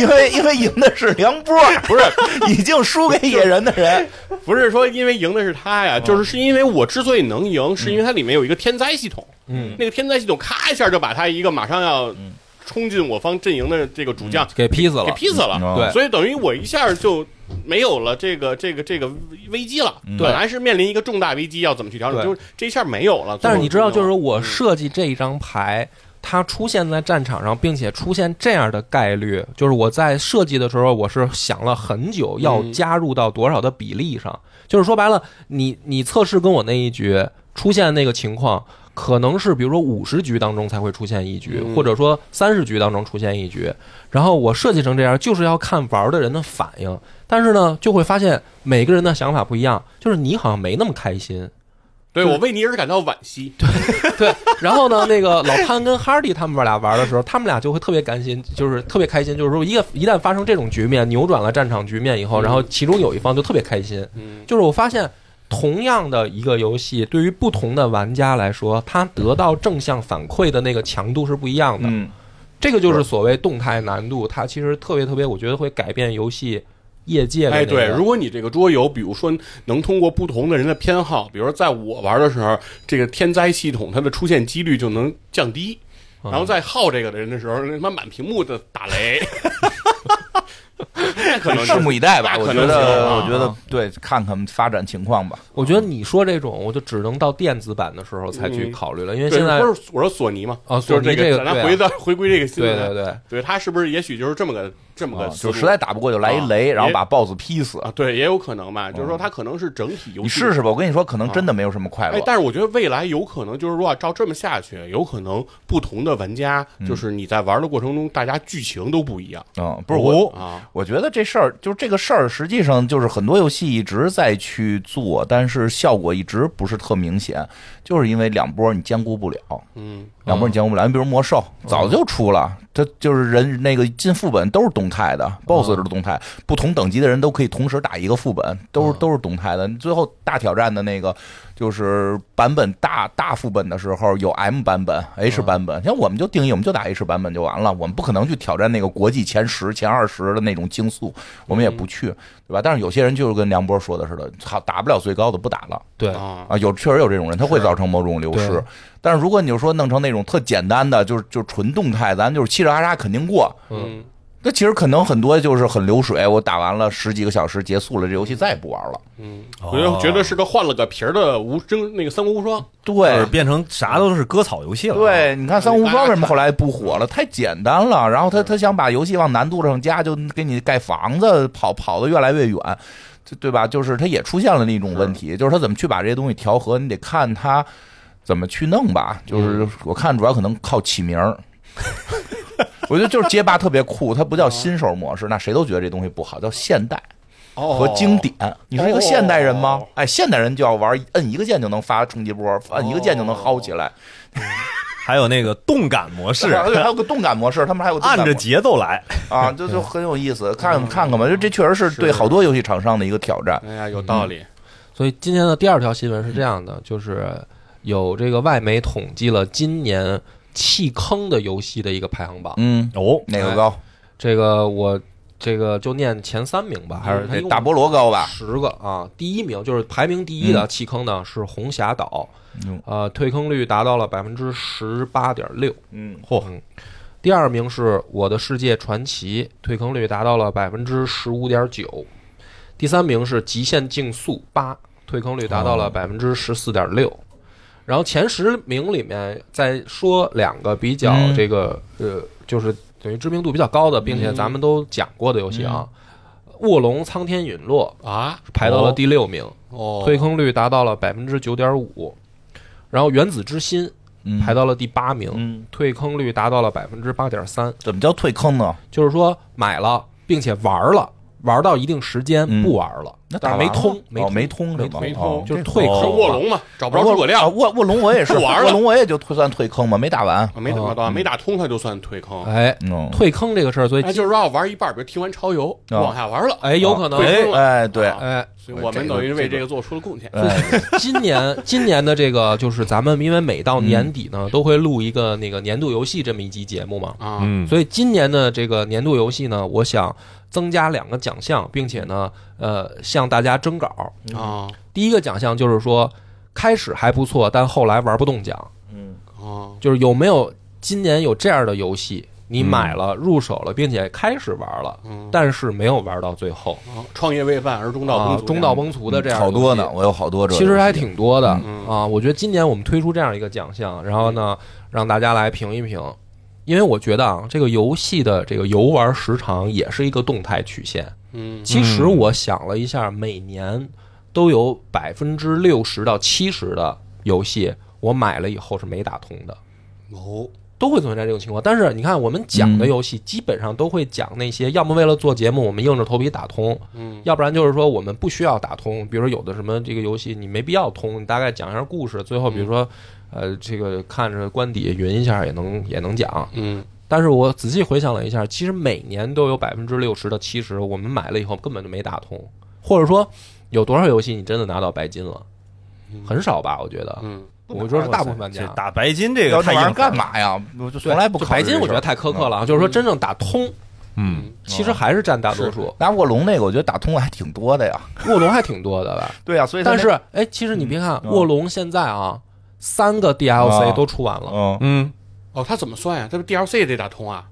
Speaker 2: 因为因为赢的是梁波，
Speaker 4: 不是
Speaker 2: 已经输给野人的 人。
Speaker 4: 不是说因为赢的是他呀，就是是因为我之所以能赢，是因为它里面有一个天灾系统，
Speaker 1: 嗯，
Speaker 4: 那个天灾系统咔一下就把他一个马上要
Speaker 2: 嗯
Speaker 4: 冲进我方阵营的这个主将
Speaker 1: 给劈死了
Speaker 4: 给，劈死了，
Speaker 2: 嗯
Speaker 1: 对
Speaker 4: 所以等于我一下就没有了这个这个这个危机了。
Speaker 2: 嗯
Speaker 4: 本来是面临一个重大危机，要怎么去调整，
Speaker 1: 对
Speaker 4: 就是这一下没有了。
Speaker 1: 但是你知道，就
Speaker 4: 最后
Speaker 1: 是我设计这一张牌，它出现在战场上，并且出现这样的概率，就是我在设计的时候，我是想了很久，要
Speaker 4: 嗯
Speaker 1: 加入到多少的比例上。就是说白了，你你测试跟我那一局出现那个情况。可能是比如说五十局当中才会出现一局，
Speaker 4: 嗯
Speaker 1: 或者说三十局当中出现一局，然后我设计成这样，就是要看玩的人的反应。但是呢，就会发现每个人的想法不一样，就是你好像没那么开心，
Speaker 4: 对我为你而感到惋惜。
Speaker 1: 对，然后呢，那个老潘跟哈迪他们俩玩的时候，他们俩就会特别开心，就是特别开心，就是说一个一旦发生这种局面，扭转了战场局面以后，然后其中有一方就特别开心。
Speaker 4: 嗯，
Speaker 1: 就是我发现，同样的一个游戏，对于不同的玩家来说，他得到正向反馈的那个强度是不一样的。
Speaker 2: 嗯，
Speaker 1: 这个就是所谓动态难度，它其实特别特别，我觉得会改变游戏业界的、那
Speaker 4: 哎，
Speaker 1: 个。
Speaker 4: 对，如果你这个桌游，比如说能通过不同的人的偏好，比如说在我玩的时候，这个天灾系统它的出现几率就能降低。
Speaker 1: 嗯
Speaker 4: 然后在耗这个的人的时候，他妈满屏幕的打 雷， 那可能就
Speaker 2: 拭目以待吧。
Speaker 4: 那
Speaker 2: 我
Speaker 4: 可
Speaker 2: 觉
Speaker 4: 能行
Speaker 2: 得，
Speaker 4: 啊
Speaker 2: 我觉得对，看看发展情况吧。
Speaker 1: 我觉得你说这种，我就只能到电子版的时候才去
Speaker 4: 嗯
Speaker 1: 考虑了，因为
Speaker 4: 对
Speaker 1: 现在
Speaker 4: 不是我说索尼嘛，
Speaker 1: 啊
Speaker 4: 就
Speaker 1: 索
Speaker 4: 是
Speaker 1: 尼这个
Speaker 4: 咱
Speaker 1: 对啊
Speaker 4: 回到回归这个新
Speaker 1: 对
Speaker 4: 闻，
Speaker 1: 对对。
Speaker 4: 对他是不是也许就是这么个这么
Speaker 2: 啊
Speaker 4: 个思
Speaker 2: 就
Speaker 4: 路，
Speaker 2: 实在打不过就来一雷，
Speaker 4: 啊
Speaker 2: 然后
Speaker 4: 也
Speaker 2: 把 BOSS 劈死。
Speaker 4: 啊，对，也有可能吧，就是说他可能是整体游
Speaker 2: 嗯
Speaker 4: 戏，
Speaker 2: 你试试吧，我跟你说，可能真的没有什么快
Speaker 4: 哎
Speaker 2: 乐，。
Speaker 4: 但是我觉得未来有可能就是说，照这么下去，有可能不同的玩家，就是你在玩的过程中，大家剧情都不一样
Speaker 2: 嗯，不是我，
Speaker 4: 啊。
Speaker 2: 我觉得这事儿就是这个事儿，实际上就是很多游戏一直在去做，但是效果一直不是特明显，就是因为两波你兼顾不了，
Speaker 4: 嗯，
Speaker 2: 两波你兼顾不了。你比如魔兽早就出了，它就是人那个进副本都是动态的，BOSS 都是动态，不同等级的人都可以同时打一个副本，都是都是动态的。最后大挑战的那个就是版本大大副本的时候有 M 版本、H 版本，像我们就定义我们就打 H 版本就完了，我们不可能去挑战那个国际前十、前二十的那种竞速，我们也不去，对吧？但是有些人就是跟梁波说的似的，好打不了最高的不打了
Speaker 1: 对
Speaker 4: 啊，
Speaker 2: 啊，有确实有这种人，他会造成某种流失
Speaker 1: 对。
Speaker 2: 但是如果你就说弄成那种特简单的，就是就是纯动态，咱就是嘁哩喀喳肯定过，
Speaker 4: 嗯，
Speaker 2: 那其实可能很多就是很流水，我打完了十几个小时结束了，这游戏再也不玩了。
Speaker 4: 嗯我
Speaker 2: 哦
Speaker 4: 就觉得是个换了个皮儿的无争那个三国无双，
Speaker 3: 哦就是
Speaker 2: 对，
Speaker 3: 变成啥都是割草游戏了。，
Speaker 2: 对，你看《三国无双》为什么后来不火了？太简单了。然后他他想把游戏往难度上加，就给你盖房子，跑跑得越来越远，这对吧？就是他也出现了那种问题，就是他怎么去把这些东西调和，你得看他怎么去弄吧。就是我看主要可能靠起名儿。 我觉得就是街霸特别酷，它不叫新手模式，那谁都觉得这东西不好，叫现代哦和经典。你是一个现代人吗
Speaker 4: 哦？
Speaker 2: 哎，现代人就要玩，摁一个键就能发冲击波，摁一个键就能薅起来。
Speaker 3: 还有那个动感模式，
Speaker 2: 而且还有个动感模式，他们还有动感
Speaker 3: 按着
Speaker 2: 模式
Speaker 3: 节奏来。
Speaker 2: 啊，就就很有意思，看
Speaker 1: 嗯
Speaker 2: 看看吧，就这确实是对好多游戏厂商的一个挑战。
Speaker 4: 哎呀，有道理，
Speaker 1: 所以今天的第二条新闻是这样的，就是有这个外媒统计了今年弃坑的游戏的一个排行榜。
Speaker 2: 嗯，
Speaker 3: 哦，
Speaker 2: 哪
Speaker 1: 哎
Speaker 2: 个高？
Speaker 1: 这个我这个就念前三名吧，还是它
Speaker 2: 这
Speaker 1: 一共
Speaker 2: 嗯哎大菠萝高吧？
Speaker 1: 十个啊？第一名就是排名第一的
Speaker 2: 嗯
Speaker 1: 弃坑呢是红霞岛
Speaker 2: 嗯，
Speaker 1: 呃，退坑率达到了百分之十八点六。
Speaker 2: 嗯，
Speaker 3: 嚯，
Speaker 1: 第二名是我的世界传奇，退坑率达到了百分之十五点九。第三名是极限竞速八，退坑率达到了百分之十四点六。然后前十名里面再说两个比较
Speaker 2: 嗯
Speaker 1: 这个、呃，就是等于知名度比较高的，并且咱们都讲过的游戏啊，卧龙苍天陨落》
Speaker 2: 嗯
Speaker 4: 啊，
Speaker 1: 排到了第六名，
Speaker 4: 哦，
Speaker 1: 退坑率达到了百分之九点五。然后《原子之心》
Speaker 2: 嗯
Speaker 1: 排到了第八名，
Speaker 2: 嗯，
Speaker 1: 退坑率达到了百分之八点三。
Speaker 2: 怎么叫退坑呢？
Speaker 1: 就是说买了并且玩了，玩到一定时间
Speaker 2: 嗯
Speaker 1: 不玩了，
Speaker 2: 那
Speaker 1: 但是
Speaker 2: 打
Speaker 1: 没
Speaker 2: 完了
Speaker 1: 通没
Speaker 2: 哦
Speaker 1: 通
Speaker 2: 没通是吗？
Speaker 4: 没通
Speaker 2: 哦
Speaker 1: 就是
Speaker 2: 这
Speaker 1: 退
Speaker 4: 是
Speaker 1: 坑
Speaker 4: 卧龙嘛，找不着
Speaker 2: 卧
Speaker 4: 诸葛
Speaker 2: 啊
Speaker 4: 亮，
Speaker 2: 卧卧龙我也是，
Speaker 4: 不 玩了
Speaker 2: 卧龙我也就退算退坑嘛，没打完。
Speaker 4: 啊没打到没打通，他就算退坑。
Speaker 1: 哎，
Speaker 2: 嗯，
Speaker 1: 退坑这个事儿，所以
Speaker 4: 哎，就是让我玩一半，比如踢完超游，
Speaker 2: 啊
Speaker 4: 往下玩了，
Speaker 1: 哎有可能
Speaker 4: 退坑了
Speaker 2: 哎对
Speaker 4: 啊
Speaker 1: 哎，
Speaker 4: 所以我们等于为这个做出了贡献。
Speaker 1: 呃
Speaker 2: 哎，嗯
Speaker 1: 今年今年的这个就是咱们，因为每到年底呢，都会录一个那个年度游戏这么一集节目嘛，
Speaker 4: 啊，
Speaker 3: 嗯，
Speaker 1: 所以今年的这个年度游戏呢，我想增加两个奖项，并且呢，呃，向大家征稿。
Speaker 4: 啊
Speaker 1: 第一个奖项就是说，开始还不错，但后来玩不动奖，
Speaker 2: 嗯
Speaker 4: 啊！
Speaker 1: 就是有没有今年有这样的游戏，你买了、入手了，并且开始玩了，
Speaker 4: 嗯
Speaker 1: 但是没有玩到最后，
Speaker 4: 啊创业未半而中道
Speaker 1: 啊
Speaker 4: 崩，殂
Speaker 1: 中道崩殂的这样的
Speaker 2: 嗯好多
Speaker 1: 游
Speaker 2: 呢，
Speaker 1: 戏。
Speaker 2: 我有好多这个
Speaker 1: 其
Speaker 2: 游戏。
Speaker 1: 实还挺多的、
Speaker 4: 嗯
Speaker 1: 啊，我觉得今年我们推出这样一个奖项，然后呢，让大家来评一评，因为我觉得啊，这个游戏的这个游玩时长也是一个动态曲线，
Speaker 4: 嗯
Speaker 1: 其实我想了一下，每年都有百分之六十到七十的游戏，我买了以后是没打通的，
Speaker 4: 哦
Speaker 1: 都会存在这种情况。但是你看，我们讲的
Speaker 2: 嗯
Speaker 1: 游戏基本上都会讲那些，要么为了做节目，我们硬着头皮打通，
Speaker 4: 嗯
Speaker 1: 要不然就是说我们不需要打通，比如说有的什么这个游戏你没必要通，你大概讲一下故事，最
Speaker 4: 嗯
Speaker 1: 后比如说，呃，这个看着官邸云一下也能也能讲。
Speaker 4: 嗯
Speaker 1: 但是我仔细回想了一下，其实每年都有百分之六十到七十我们买了以后根本就没打通，或者说有多少游戏你真的拿到白金了，很少吧？我觉得，
Speaker 4: 嗯
Speaker 1: 我觉得大部分玩
Speaker 3: 这
Speaker 1: 家
Speaker 3: 打白金这
Speaker 2: 要
Speaker 3: 个
Speaker 2: 这
Speaker 3: 太
Speaker 2: 玩意
Speaker 3: 硬
Speaker 2: 儿干
Speaker 3: 核了？
Speaker 2: 嘛呀？我就
Speaker 1: 对
Speaker 2: 从来不
Speaker 1: 就
Speaker 2: 考虑
Speaker 1: 白
Speaker 2: 这事
Speaker 1: 金，
Speaker 2: 儿嗯
Speaker 1: 我觉得太苛刻了啊，就是说真正打通，
Speaker 3: 嗯，
Speaker 1: 其实还是占大多数。
Speaker 2: 拿卧龙那个，我觉得打通了还挺多的呀。
Speaker 1: 卧龙还挺多的吧？
Speaker 2: 对呀，啊所以他
Speaker 1: 但
Speaker 2: 那
Speaker 1: 是，哎，其实你别看
Speaker 2: 嗯
Speaker 1: 卧龙现在啊，三个 DLC
Speaker 2: 啊
Speaker 1: 都出完了，
Speaker 2: 嗯，
Speaker 3: 嗯，
Speaker 4: 哦，他怎么算呀？这不 DLC 得打通啊？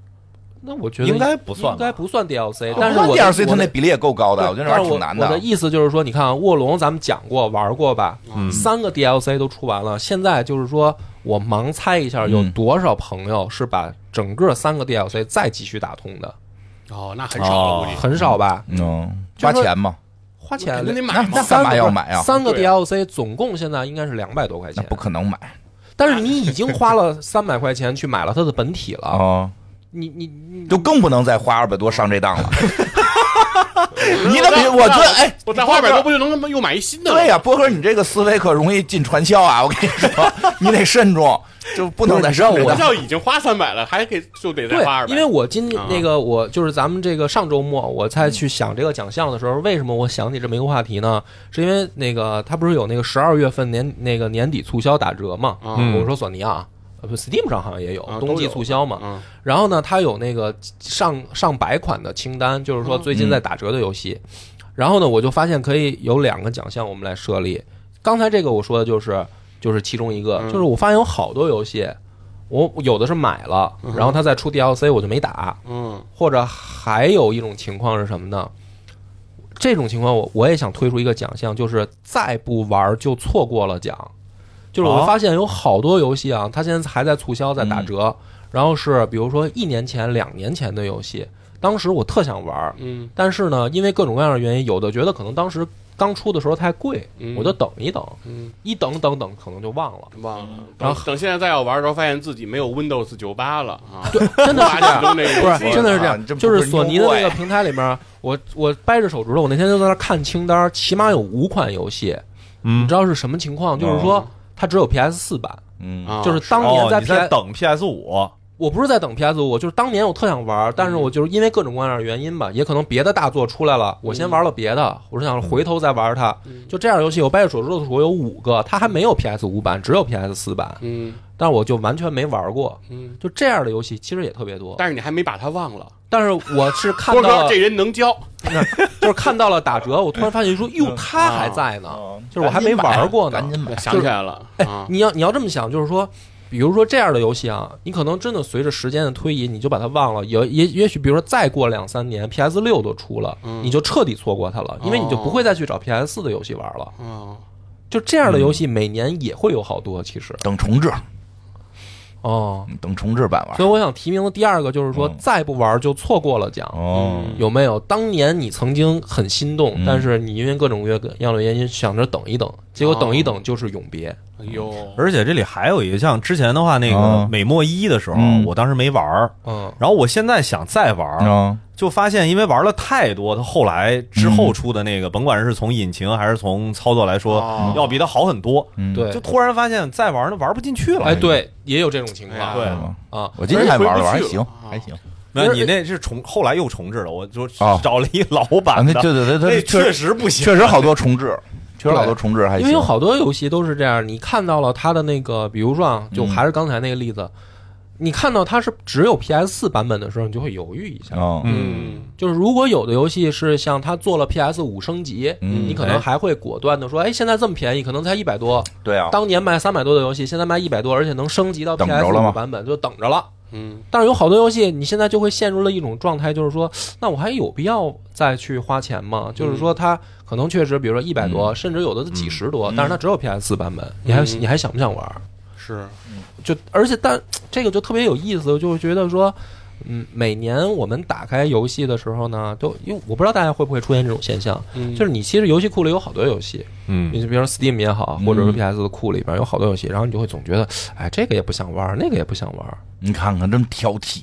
Speaker 1: 那我觉得
Speaker 3: 应该不算吧
Speaker 1: 应该不算 DLC
Speaker 3: 哦。
Speaker 1: 但是
Speaker 2: 那
Speaker 1: 我
Speaker 2: 第二 C 它
Speaker 1: 我
Speaker 2: 那
Speaker 1: 的
Speaker 2: 比例也够高的，我觉得那
Speaker 1: 但
Speaker 2: 玩意儿
Speaker 1: 是我
Speaker 2: 挺难
Speaker 1: 我的
Speaker 2: 的。
Speaker 1: 意思就是说，你看啊卧龙，咱们讲过玩过吧？
Speaker 4: 嗯
Speaker 1: 三个 DLC 都出完了，现在就是说我盲猜一下，有
Speaker 2: 嗯
Speaker 1: 多少朋友是把整个三个 DLC 再继续打通的？
Speaker 4: 哦，那很少了，
Speaker 3: 哦
Speaker 4: 估计
Speaker 1: 很少吧？
Speaker 2: 嗯，
Speaker 1: 就
Speaker 2: 花
Speaker 1: 是说
Speaker 2: 钱嘛，
Speaker 1: 花
Speaker 4: 那
Speaker 1: 钱
Speaker 4: 肯定得买
Speaker 2: 那
Speaker 4: 嘛
Speaker 2: 那干嘛要买啊？
Speaker 1: 三个
Speaker 4: 对啊
Speaker 1: DLC 总共现在应该是两百多块
Speaker 2: 那
Speaker 1: 钱，
Speaker 2: 不可能买
Speaker 1: 但是你已经花了三百块钱去买了它的本体了，
Speaker 2: 啊！
Speaker 1: 你你你
Speaker 2: 就更不能再花二百多上这当了。你怎么？我觉得哎，
Speaker 4: 我再花百多不就能又买一新的了？
Speaker 2: 对呀，波哥，你这个思维可容易进传销啊！我跟你说， 你得慎重，就不能再上这
Speaker 4: 我
Speaker 2: 当。
Speaker 4: 要已经花三百了，还给就得再
Speaker 1: 对
Speaker 4: 花二，百，
Speaker 1: 因为我今
Speaker 4: 啊
Speaker 1: 那个我就是咱们这个上周末我
Speaker 2: 嗯
Speaker 1: 在去想这个奖项的时候，为什么我想起这么一个话题呢？是因为那个它不是有那个十二月份年那个年底促销打折嘛？
Speaker 4: 嗯
Speaker 1: 我说索尼啊。呃不，Steam 上好像也有
Speaker 4: 啊
Speaker 1: 冬
Speaker 4: 都
Speaker 1: 季
Speaker 4: 有
Speaker 1: 促销嘛，
Speaker 4: 嗯
Speaker 1: 然后呢，它有那个上上百款的清单，就是说最近在打折的游戏。然后呢，我就发现可以有两个奖项我们来设立。刚才这个我说的就是就是其中一个，
Speaker 4: 嗯
Speaker 1: 就是我发现有好多游戏，我有的是买了，然后它再出 DLC 我就没打，
Speaker 4: 嗯
Speaker 1: 或者还有一种情况是什么呢？这种情况我我也想推出一个奖项，就是再不玩儿就错过了奖。就是我
Speaker 3: 哦
Speaker 1: 发现有好多游戏啊，它现在还在促销，在打折，然后是比如说一年前、两年前的游戏，当时我特想玩儿，
Speaker 4: 嗯
Speaker 1: 但是呢，因为各种各样的原因，有的觉得可能当时刚出的时候太贵，
Speaker 4: 嗯
Speaker 1: 我就等一等，
Speaker 4: 嗯，
Speaker 1: 一等等等，可能就忘了。
Speaker 4: 忘了。
Speaker 1: 然
Speaker 4: 等
Speaker 1: 后
Speaker 4: 等，现在再要玩的时候，发现自己没有 Windows 九八了啊！
Speaker 1: 对，真的是这样，
Speaker 4: 不
Speaker 1: 不是，真的是这
Speaker 2: 你
Speaker 1: 样，
Speaker 2: 这不
Speaker 1: 就是
Speaker 2: 是
Speaker 1: 索尼的
Speaker 2: 幽默
Speaker 1: 那个
Speaker 2: 呀
Speaker 1: 平台里面，我我掰着手指头，我那天就在那儿看清单，起码有五款游戏，
Speaker 3: 嗯
Speaker 1: 你知道是什么情况？就是说它只有 PS 四版，
Speaker 2: 嗯
Speaker 4: 啊，
Speaker 1: 就是当年
Speaker 3: 哦，
Speaker 1: 在
Speaker 3: 你
Speaker 1: PS，、
Speaker 3: 在等 PS 五，
Speaker 1: 我不是在等 PS 五，我就是当年我特想玩，但是我就是因为各种各样的原因吧，也可能别的大作出来了，我先玩了别的，我是想回头再玩它。就这样游戏，我掰着手指头数有五个，它还没有 PS 五版，只有 PS 四版，
Speaker 4: 嗯
Speaker 1: 但是我就完全没玩过。
Speaker 4: 嗯，
Speaker 1: 就这样的游戏其实也特别多，
Speaker 4: 但是你还没把它忘了。
Speaker 1: 但是我是看
Speaker 4: 波
Speaker 1: 到
Speaker 4: 哥
Speaker 1: 了
Speaker 4: 这人能教，
Speaker 1: 就是看到了打折，我突然发现说，哟，它还在呢，
Speaker 2: 啊嗯
Speaker 1: 就是我还没玩过呢
Speaker 2: 赶。紧买
Speaker 4: 我。想起来了啊！
Speaker 1: 你要你要这么想，就是说，比如说这样的游戏啊，你可能真的随着时间的推移，你就把它忘了。也也也许，比如说再过两三年，PS 六都出了，你就彻底错过它了，因为你就不会再去找 PS 四的游戏玩了。
Speaker 4: 嗯，
Speaker 1: 就这样的游戏，每年也会有好多，其实
Speaker 2: 等重置，
Speaker 1: 哦。
Speaker 2: 等重置版玩
Speaker 1: 所。以我想提名的第二个就是说，
Speaker 2: 嗯
Speaker 1: 再不玩就错过了奖。
Speaker 2: 哦
Speaker 4: 嗯
Speaker 1: 有没有？当年你曾经很心动，
Speaker 2: 嗯
Speaker 1: 但是你因为各种各样的原因想着等一等，结果等一等就是永别。
Speaker 4: 哎呦，
Speaker 3: 而且这里还有一个像之前的话，那个
Speaker 2: 啊
Speaker 3: 美墨一的时候
Speaker 2: 嗯，
Speaker 3: 我当时没玩儿，
Speaker 1: 嗯，
Speaker 3: 然后我现在想再玩儿，
Speaker 2: 啊，
Speaker 3: 就发现，因为玩了太多，它后来之后出的那个，甭管是从引擎还是从操作来说，
Speaker 4: 哦
Speaker 3: 要比它好很多。
Speaker 2: 嗯，
Speaker 1: 对
Speaker 3: 就突然发现再玩呢玩不进去了。
Speaker 1: 哎，对，也有这种情况，
Speaker 4: 哎
Speaker 3: 对
Speaker 2: 嗯
Speaker 1: 啊，
Speaker 2: 我今天还玩了玩，还
Speaker 4: 而且回不去
Speaker 2: 行
Speaker 4: 了
Speaker 2: 还行，
Speaker 3: 没有，你那是重后来又重置了，我就
Speaker 2: 哦
Speaker 3: 找了一老
Speaker 2: 啊，
Speaker 3: 版
Speaker 2: 那
Speaker 3: 的，
Speaker 2: 对对对，
Speaker 3: 那
Speaker 2: 对，
Speaker 3: 确
Speaker 2: 确
Speaker 3: 实不行。
Speaker 2: 确实好多重置，确实好多
Speaker 1: 对
Speaker 2: 重置还
Speaker 1: 因
Speaker 2: 行，
Speaker 1: 为有好多游戏都是这样，你看到了它的那个，比如说啊，就
Speaker 2: 嗯
Speaker 1: 还是刚才那个例子，你看到它是只有 PS 四版本的时候，你就会犹豫一下。
Speaker 2: 嗯
Speaker 4: 嗯，
Speaker 1: 就是如果有的游戏是像它做了 PS 五升级，
Speaker 2: 嗯
Speaker 1: 你可能还会果断的说，哎，现在这么便宜，可能才一百多，
Speaker 2: 对啊，
Speaker 1: 当年卖三百多的游戏，现在卖一百多，而且能升级到
Speaker 2: 等着
Speaker 1: PS
Speaker 2: 了吗
Speaker 1: 五版本，就等着了。
Speaker 4: 嗯，
Speaker 1: 但是有好多游戏，你现在就会陷入了一种状态，就是说， 那我还有必要再去花钱
Speaker 4: 嗯
Speaker 1: 吗？就是说，它可能确实，比如说一百多，甚至有的是几十多，但是它只有 PS 四版本，你还
Speaker 4: 嗯
Speaker 1: 你还想不想玩？
Speaker 4: 是，
Speaker 1: 就而且但这个就特别有意思，就是觉得说，嗯，每年我们打开游戏的时候呢，都因为我不知道大家会不会出现这种现象，
Speaker 4: 嗯
Speaker 1: 就是你其实游戏库里有好多游戏，
Speaker 3: 嗯
Speaker 1: 你就比如说 Steam 也好，或者说 PS 的库里边有好多游戏，然后你就会总觉得，哎，这个也不想玩，那个也不想玩，
Speaker 2: 你看看这么挑剔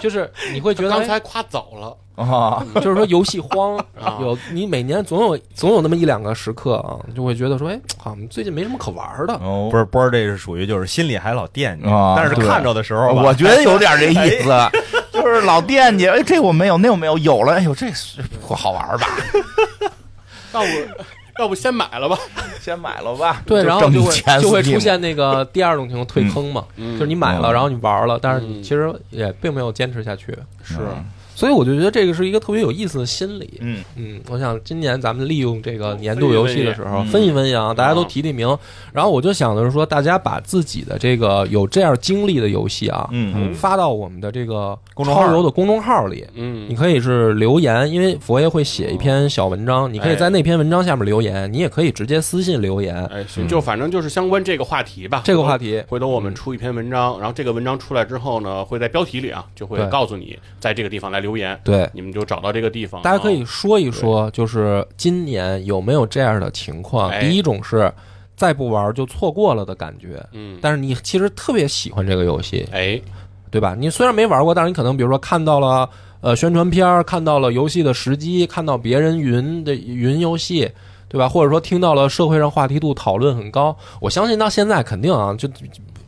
Speaker 1: 就是你会觉得，
Speaker 4: 刚
Speaker 1: 哎
Speaker 4: 才夸早了，
Speaker 2: 啊，
Speaker 1: 就是说游戏荒
Speaker 4: 啊
Speaker 1: 有，你每年总有总有那么一两个时刻啊，你就会觉得说，哎，好像最近没什么可玩的，
Speaker 2: 哦
Speaker 3: 不是波儿，这是属于就是心里还老惦记，
Speaker 2: 啊
Speaker 3: 但是
Speaker 2: 对
Speaker 3: 看着的时候吧，
Speaker 2: 我觉得有点这意思，哎就是老惦 记，哎，这我没有，那我没有，有了，哎呦，这是不好玩吧？
Speaker 4: 要不要不先买了吧？
Speaker 2: 先买了吧。
Speaker 1: 对，
Speaker 2: 就
Speaker 1: 然后
Speaker 2: 挣
Speaker 1: 就
Speaker 2: 一
Speaker 1: 会
Speaker 2: 千
Speaker 1: 就会出
Speaker 2: Steam
Speaker 1: 现那个第二种情况退坑嘛，
Speaker 4: 嗯
Speaker 1: 就是你买了，
Speaker 2: 嗯
Speaker 1: 然后你玩了，但是你
Speaker 4: 嗯
Speaker 1: 其实也并没有坚持下去，嗯
Speaker 4: 是，
Speaker 1: 所以我就觉得这个是一个特别有意思的心理。
Speaker 2: 嗯，
Speaker 1: 嗯，我想今年咱们利用这个年度游戏的时候
Speaker 2: 分析
Speaker 1: 分析分析啊，大家都提提名。然后我就想的是说，大家把自己的这个有这样经历的游戏啊，
Speaker 2: 嗯
Speaker 1: 发到我们的这个
Speaker 3: 公众号
Speaker 1: 超游的公众号里。你
Speaker 4: 嗯，
Speaker 1: 可以是留言，因为佛爷会写一篇小文
Speaker 4: 哎
Speaker 1: 章，你可以在那篇文章下面留言，你也可以直接私信留言。
Speaker 4: 哎，行，就反正就是相关这个话题吧，
Speaker 1: 嗯这个话题嗯
Speaker 4: 回头我们出一篇文章，然后这个文章出来之后呢，会在标题里啊，就会
Speaker 1: 对
Speaker 4: 告诉你在这个地方来留言，
Speaker 1: 对，
Speaker 4: 你们就找到这个地方，
Speaker 1: 大家可以
Speaker 4: 啊
Speaker 1: 说一说，就是今年有没有这样的情况？
Speaker 4: 哎
Speaker 1: 第一种是再不玩就错过了的感觉，
Speaker 4: 嗯，
Speaker 1: 但是你其实特别喜欢这个游戏，
Speaker 4: 哎，
Speaker 1: 对吧？你虽然没玩过，但是你可能比如说看到了呃宣传片儿，看到了游戏的时机，看到别人云的云游戏，对吧？或者说听到了社会上话题度讨论很高，我相信到现在肯定啊，就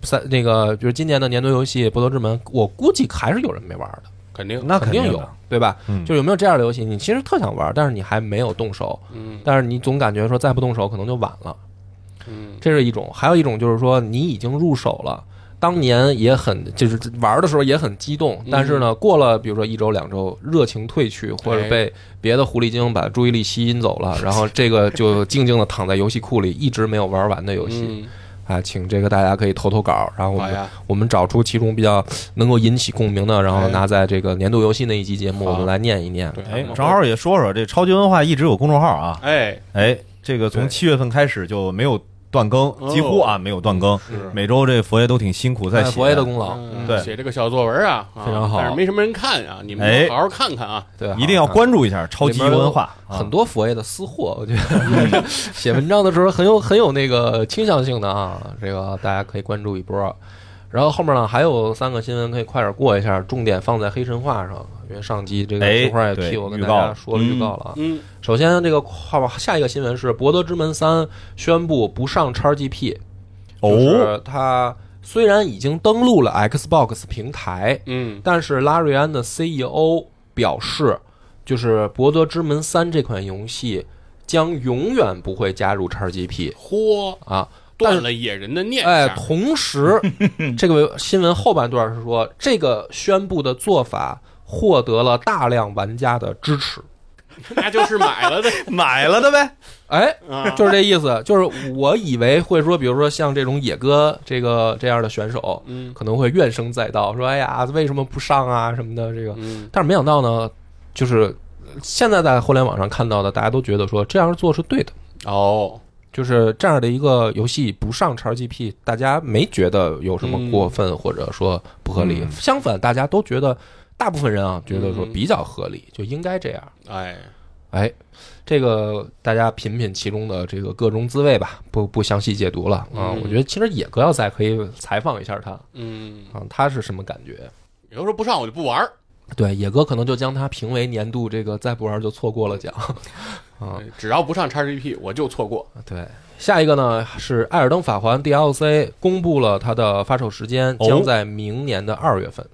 Speaker 1: 三那个就是今年的年度游戏《博德之门》，我估计还是有人没玩的，
Speaker 4: 肯定，
Speaker 3: 那
Speaker 1: 肯定有
Speaker 3: 的，
Speaker 1: 对吧？
Speaker 3: 嗯
Speaker 1: 就有没有这样的游戏，你其实特想玩，但是你还没有动手，
Speaker 4: 嗯
Speaker 1: 但是你总感觉说再不动手可能就晚了。
Speaker 4: 嗯
Speaker 1: 这是一种，还有一种就是说你已经入手了，当年也很就是玩的时候也很激动，
Speaker 4: 嗯
Speaker 1: 但是呢，过了比如说一周两周，热情褪去，或
Speaker 4: 哎
Speaker 1: 者被别的狐狸精把注意力吸引走了，然后这个就静静的躺在游戏库里，一直没有玩完的游戏
Speaker 4: 嗯，
Speaker 1: 啊，请这个大家可以投投稿，然后我
Speaker 4: 好
Speaker 1: 们
Speaker 4: 呀，
Speaker 1: 我们找出其中比较能够引起共鸣的，然后
Speaker 4: 哎
Speaker 1: 拿在这个年度游戏那一期节目，
Speaker 4: 好
Speaker 1: 我们来念一念。
Speaker 4: 对，
Speaker 3: 哎
Speaker 4: 我，们
Speaker 3: 正好也说说这超级文化一直有公众号啊，
Speaker 4: 哎，
Speaker 3: 哎，这个从
Speaker 4: 对
Speaker 3: 七月份开始就没有断更，
Speaker 1: 哦
Speaker 3: 几乎啊没有断更，
Speaker 4: 是
Speaker 3: 每周这佛爷都挺辛苦在
Speaker 1: 哎
Speaker 3: 写
Speaker 1: 佛爷的功劳，
Speaker 4: 嗯
Speaker 3: 对
Speaker 4: 写这个小作文啊，啊
Speaker 1: 非常好
Speaker 4: 但是没什么人看啊，你
Speaker 3: 哎
Speaker 4: 们好好看看啊，
Speaker 1: 对，
Speaker 3: 一定要
Speaker 1: 好
Speaker 3: 关注一下超级文化，啊
Speaker 1: 很多佛爷的私货，我觉得 写文章的时候很有很有那个倾向性的啊，这个大家可以关注一波。然后后面呢还有三个新闻可以快点过一下，重点放在黑神话上，因为上期这个
Speaker 3: 哎
Speaker 1: 黑话也
Speaker 3: 对
Speaker 1: 替我跟
Speaker 3: 预
Speaker 1: 大
Speaker 3: 告
Speaker 1: 家
Speaker 3: 了
Speaker 1: 说了预告了啊。
Speaker 4: 嗯，
Speaker 1: 首先这个话吧下一个新闻是《博德之门三》宣布不上 XGP，
Speaker 3: 哦，
Speaker 1: 就是它虽然已经登陆了 Xbox 平台，
Speaker 4: 嗯
Speaker 1: 但是拉瑞安的 CEO 表示，就是《博德之门三》这款游戏将永远不会加入 XGP
Speaker 4: 嚯，
Speaker 1: 啊。
Speaker 4: 断了野人的念
Speaker 1: 哎，
Speaker 4: 想，
Speaker 1: 同时，这个新闻后半段是说，这个宣布的做法获得了大量玩家的支持。
Speaker 4: 那就是买了的
Speaker 3: 买了的呗，
Speaker 1: 哎，
Speaker 4: 啊，
Speaker 1: 就是这意思，就是我以为会说，比如说像这种野哥这个这样的选手，
Speaker 4: 嗯
Speaker 1: 可能会怨声载道，说哎呀，为什么不上啊什么的，这个
Speaker 4: 嗯
Speaker 1: 但是没想到呢，就是现在在互联网上看到的，大家都觉得说这样做是对的，
Speaker 4: 哦，
Speaker 1: 就是这样的一个游戏不上 XGP，大家没觉得有什
Speaker 4: 嗯
Speaker 1: 么过分或者说不合理，
Speaker 3: 嗯
Speaker 1: 相反，大家都觉得大部分人啊觉得说
Speaker 4: 嗯
Speaker 1: 比较合理，就应该这样。
Speaker 4: 哎，
Speaker 1: 哎，这个大家品品其中的这个各种滋味吧，不不详细解读了啊。
Speaker 4: 嗯
Speaker 1: 我觉得其实野哥要在可以采访一下他
Speaker 4: 嗯，
Speaker 1: 啊，他是什么感觉？
Speaker 4: 有时候不上我就不玩儿，
Speaker 1: 对，野哥可能就将它评为年度这个再不玩就错过了奖。啊
Speaker 4: 只要不上 XGP，我就错过。
Speaker 1: 对，下一个呢是《艾尔登法环》DLC 公布了它的发售时间，
Speaker 3: 哦
Speaker 1: 将在明年的二月份。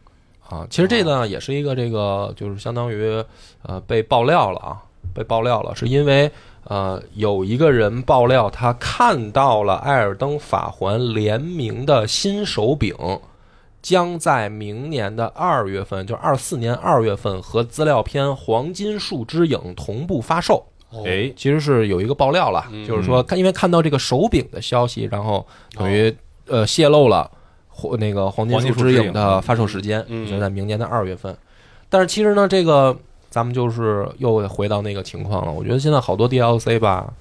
Speaker 1: 啊，其实这呢也是一个这个就是相当于呃被爆料了啊，被爆料了，是因为呃有一个人爆料他看到了《艾尔登法环》联名的新手柄。将在明年的二月份，就二四年二月份和资料片《黄金树之影》同步发售。
Speaker 4: 哦
Speaker 3: 哎，
Speaker 1: 其实是有一个爆料了，就是
Speaker 2: 嗯
Speaker 1: 说看因为看到这个手柄的消息，然后
Speaker 4: 哦
Speaker 1: 等
Speaker 2: 哦
Speaker 1: 于呃泄露了或那个黄金
Speaker 3: 黄金
Speaker 1: 树
Speaker 3: 树
Speaker 1: 之
Speaker 3: 之
Speaker 1: 影
Speaker 3: 影
Speaker 1: 的发售时间，
Speaker 4: 嗯
Speaker 1: 就在明年的二月份。但是其实呢，这个咱们就是又回到那个情况了。我觉得现在好多 DLC 吧，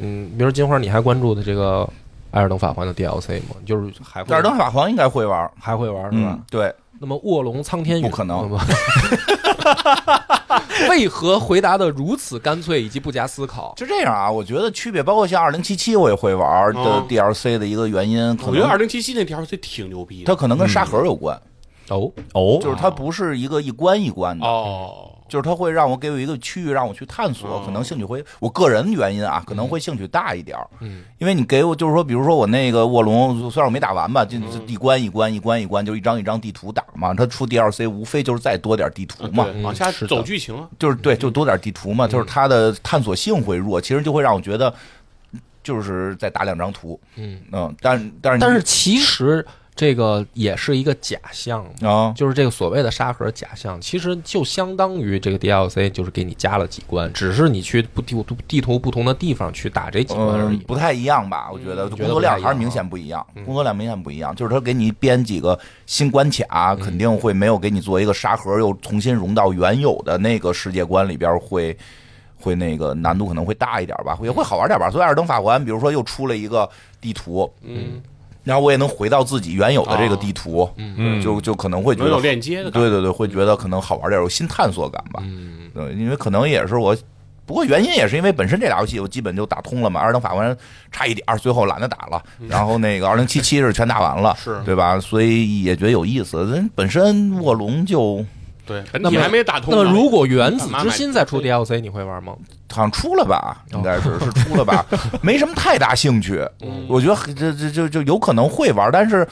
Speaker 1: 嗯，比如金花，你还关注的这个《艾尔登法环》的 DLC 吗？就是还会
Speaker 2: 艾尔登法环应该会玩，
Speaker 1: 还会玩是吧？
Speaker 2: 嗯，对，
Speaker 1: 那么卧龙苍天陨
Speaker 2: 不可能
Speaker 1: 不 为何回答的如此干脆以及不加思考？
Speaker 2: 就这样啊。我觉得区别包括像二零七七我也会玩的
Speaker 4: 哦
Speaker 2: DLC 的一个原因，可
Speaker 4: 我觉得
Speaker 2: 能
Speaker 4: 二零七七那 DLC 挺牛逼
Speaker 2: 它
Speaker 4: 的。
Speaker 2: 可能跟沙盒有关，
Speaker 1: 哦，
Speaker 3: 哦，
Speaker 2: 就是它不是一个一关一关的，
Speaker 4: 哦，
Speaker 2: 就是它会让我给我一个区域让我去探索，
Speaker 4: 哦
Speaker 2: 可能兴趣会，我个人原因啊，可能会兴趣大一点儿。
Speaker 1: 嗯，
Speaker 2: 因为你给我就是说，比如说我那个卧龙，虽然我没打完吧，就就一关一关一关一关，就一张一张地图打嘛。它出 DLC 无非就是再多点地图嘛，
Speaker 4: 啊对，往下走剧情啊。
Speaker 2: 就是对，就多点地图嘛，就是它的探索性会弱，其实就会让我觉得就是再打两张图，
Speaker 1: 嗯
Speaker 2: 嗯，但但是你
Speaker 1: 但是其实这个也是一个假象嘛，
Speaker 2: 啊，
Speaker 1: 就是这个所谓的沙盒假象，其实就相当于这个 DLC 就是给你加了几关，只是你去不地图地图不同的地方去打这几关而
Speaker 2: 嗯，
Speaker 1: 已。
Speaker 2: 不太一样吧？我觉得
Speaker 1: 嗯
Speaker 2: 工作量还是明
Speaker 1: 觉得
Speaker 2: 显不一样，啊嗯工作量明显不一样。就是他给你编几个新关卡，肯定会没有给你做一个沙盒，又重新融到原有的那个世界观里边，会会那个难度可能会大一点吧，也会好玩点吧。所以《二登法环》，比如说又出了一个地图，
Speaker 4: 嗯，
Speaker 2: 然后我也能回到自己原有的这个地图，
Speaker 3: 嗯
Speaker 2: 就就可能会觉
Speaker 4: 能有
Speaker 2: 得
Speaker 4: 链接的感觉。
Speaker 2: 对对对，会觉得可能好玩点，有新探索感吧。
Speaker 1: 嗯，
Speaker 2: 对，因为可能也是我，不过原因也是因为本身这俩游戏我基本就打通了嘛，《二等法官》差一点儿，最后懒得打了。然后那个二零七七是全打完了，
Speaker 4: 是
Speaker 2: 对吧？所以也觉得有意思。人本身卧龙就
Speaker 4: 对，本
Speaker 1: 那
Speaker 4: 体
Speaker 1: 么
Speaker 4: 还没打通啊
Speaker 1: 那
Speaker 4: 呢。
Speaker 1: 么如果原子之心再出 DLC，你会玩吗？
Speaker 2: 好像出了吧，应该是是出了吧，没什么太大兴趣。我觉得这这这就有可能会玩，但是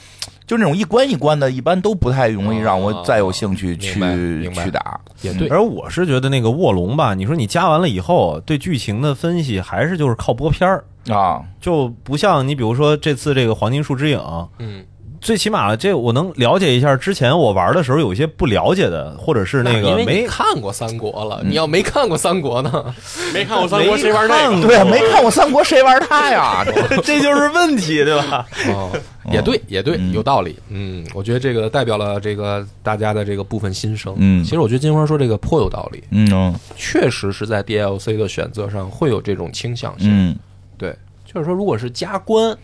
Speaker 2: 就那种一关一关的，一般都不太容易让我再有兴趣去、
Speaker 1: 明白明白
Speaker 2: 去打。
Speaker 1: 也对，
Speaker 3: 而我是觉得那个卧龙吧，你说你加完了以后，对剧情的分析还是就是靠播片儿，
Speaker 2: 啊，
Speaker 3: 就不像你比如说这次这个《黄金树之影》，
Speaker 1: 嗯，
Speaker 3: 最起码这我能了解一下之前我玩的时候有一些不了解的，或者是那
Speaker 1: 因
Speaker 3: 个
Speaker 1: 为你嗯
Speaker 3: 没
Speaker 1: 看过三国了，你要没看过三国呢，
Speaker 4: 没看过三国，谁玩那
Speaker 3: 没 看
Speaker 4: 个？
Speaker 2: 对啊，没看过三国，谁玩他 呀？
Speaker 3: 这就是问题，对吧？
Speaker 1: 哦， 也对，也对，
Speaker 2: 嗯
Speaker 1: 有道理。嗯，我觉得这个代表了这个大家的这个部分心声。
Speaker 2: 嗯
Speaker 1: 其实我觉得金花说这个颇有道理，
Speaker 2: 嗯哦
Speaker 1: 确实是在 DLC 的选择上会有这种倾向性。
Speaker 2: 嗯，
Speaker 1: 对，就是说，如果是加关，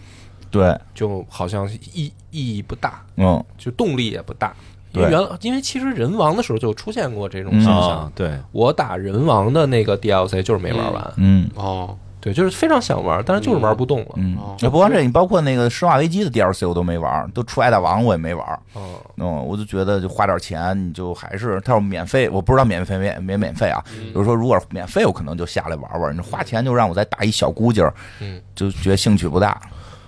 Speaker 2: 对，
Speaker 1: 就好像意意义不大，
Speaker 2: 嗯。
Speaker 1: 就动力也不大。因
Speaker 2: 对
Speaker 1: 为原来因为其实人王的时候就出现过这种
Speaker 2: 嗯
Speaker 1: 现象。
Speaker 3: 啊，对，
Speaker 1: 我打人王的那个 DLC 就是没玩完，
Speaker 2: 嗯
Speaker 4: 哦
Speaker 1: 对，就是非常想玩，但是就是玩不动了。
Speaker 2: 嗯
Speaker 4: 哦，
Speaker 2: 那不光这，你包括那个《生化危机》的 DLC 我都没玩儿，都出《爱大王》我也没玩儿。
Speaker 1: 嗯
Speaker 2: 嗯，我就觉得就花点钱，你就还是它要免费，我不知道免费免免免费啊。
Speaker 1: 嗯
Speaker 2: 就是说，如果免费，我可能就下来玩玩。你花钱就让我再打一小估计儿，
Speaker 1: 嗯，
Speaker 2: 就觉得兴趣不大。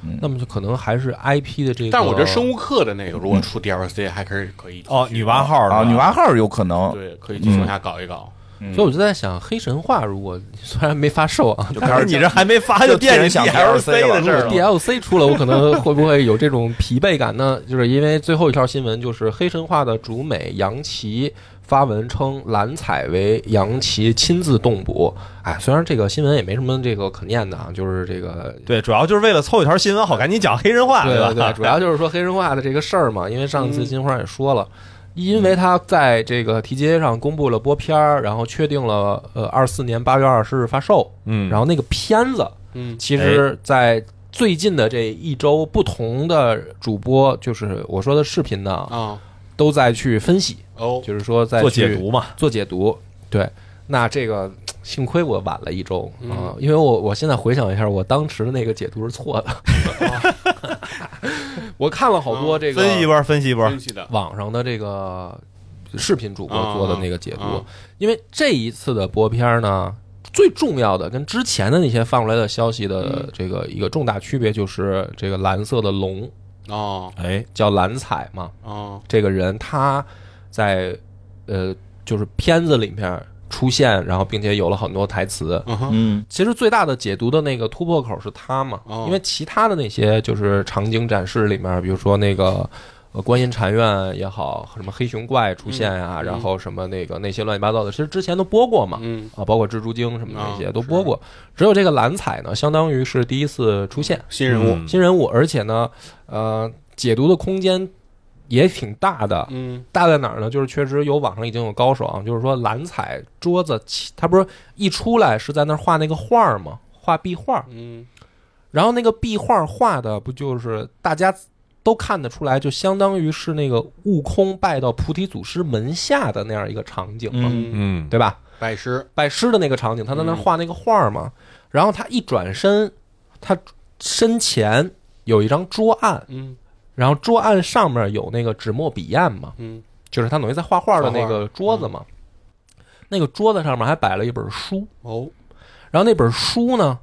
Speaker 2: 嗯
Speaker 1: 那么就可能还是 IP 的这个，
Speaker 4: 但我觉得生物课的那个，嗯如果出 DLC 还可以可以
Speaker 3: 哦，女娲号
Speaker 2: 啊，
Speaker 3: 是吧
Speaker 2: 女娲号有可能嗯
Speaker 4: 对，可以继续往下搞一搞。
Speaker 1: 所以我就在想，黑神话如果虽然没发售啊
Speaker 2: 就
Speaker 3: 但
Speaker 2: 开
Speaker 3: 是
Speaker 2: 始
Speaker 3: 你这还没发
Speaker 2: 就
Speaker 3: 惦
Speaker 2: 替人
Speaker 3: 记
Speaker 2: 想
Speaker 3: DLC 的事儿了。
Speaker 1: ，DLC 出了，我可能会不会有这种疲惫感呢？ 就是因为最后一条新闻就是黑神话的主美杨琪发文称蓝采为杨琪亲自动捕。哎，虽然这个新闻也没什么这个可念的啊，就是这个。
Speaker 3: 对，主要就是为了凑一条新闻好，赶紧讲黑人话，
Speaker 1: 对
Speaker 3: 吧？
Speaker 1: 对对，主要就是说黑神话的这个事儿嘛，因为上次金花也说了，因为他在这个提街上公布了播片儿，然后确定了呃二四年八月二十日发售，
Speaker 3: 嗯，
Speaker 1: 然后那个片子
Speaker 4: 嗯，
Speaker 1: 其
Speaker 3: 哎
Speaker 1: 实，在最近的这一周，不同的主播，就是我说的视频呢，
Speaker 4: 啊
Speaker 1: 都在去分析，
Speaker 4: 哦，
Speaker 1: 就是说在
Speaker 3: 做解
Speaker 1: 去
Speaker 3: 读嘛，
Speaker 1: 做解读。对，那这个幸亏我晚了一周
Speaker 3: 嗯
Speaker 1: 啊、因为我我现在回想一下，我当时的那个解读是错的。 我看了好多这个嗯
Speaker 3: 啊分析一波，分析一波
Speaker 4: 分析的
Speaker 1: 网上的这个视频主播做的那个解读，
Speaker 4: 啊啊啊
Speaker 1: 因为这一次的播片呢，最重要的跟之前的那些放出来的消息
Speaker 4: 嗯
Speaker 1: 的这个一个重大区别就是这个蓝色的龙
Speaker 4: 哦
Speaker 3: 哎，
Speaker 1: 叫蓝彩嘛，
Speaker 4: 哦
Speaker 1: 这个人他在呃就是片子里面出现，然后并且有了很多台词，
Speaker 4: 嗯哼
Speaker 2: 嗯
Speaker 1: 其实最大的解读的那个突破口是他嘛，
Speaker 4: 哦
Speaker 1: 因为其他的那些就是场景展示里面，比如说那个呃观音禅院也好，什么黑熊怪出现啊，
Speaker 4: 嗯
Speaker 1: 然后什么那个那些乱七八糟的，其实之前都播过嘛，
Speaker 4: 嗯，
Speaker 1: 啊，包括蜘蛛精什么的
Speaker 4: 啊
Speaker 1: 那些都播过，只有这个蓝彩呢，相当于是第一次出现
Speaker 4: 新人物，
Speaker 3: 嗯
Speaker 1: 新人物，而且呢，呃，解读的空间也挺大的，
Speaker 4: 嗯
Speaker 1: 大在哪儿呢？就是确实有网上已经有高手啊，就是说蓝彩桌子起，他不是一出来是在那儿画那个画儿吗？画壁画儿，
Speaker 4: 嗯
Speaker 1: 然后那个壁画儿画的不就是大家都看得出来，就相当于是那个悟空拜到菩提祖师门下的那样一个场景嘛，
Speaker 2: 嗯，
Speaker 4: 嗯，
Speaker 3: 嗯，
Speaker 1: 对吧？
Speaker 4: 拜师，
Speaker 1: 拜师的那个场景，他在那儿画那个画儿嘛，然后他一转身，他身前有一张桌案，
Speaker 4: 嗯
Speaker 1: 然后桌案上面有那个纸墨笔砚嘛，
Speaker 4: 嗯
Speaker 1: 就是他等于在画画的那个桌子嘛，那个桌子上面还摆了一本书，
Speaker 4: 哦
Speaker 1: 然后那本书呢，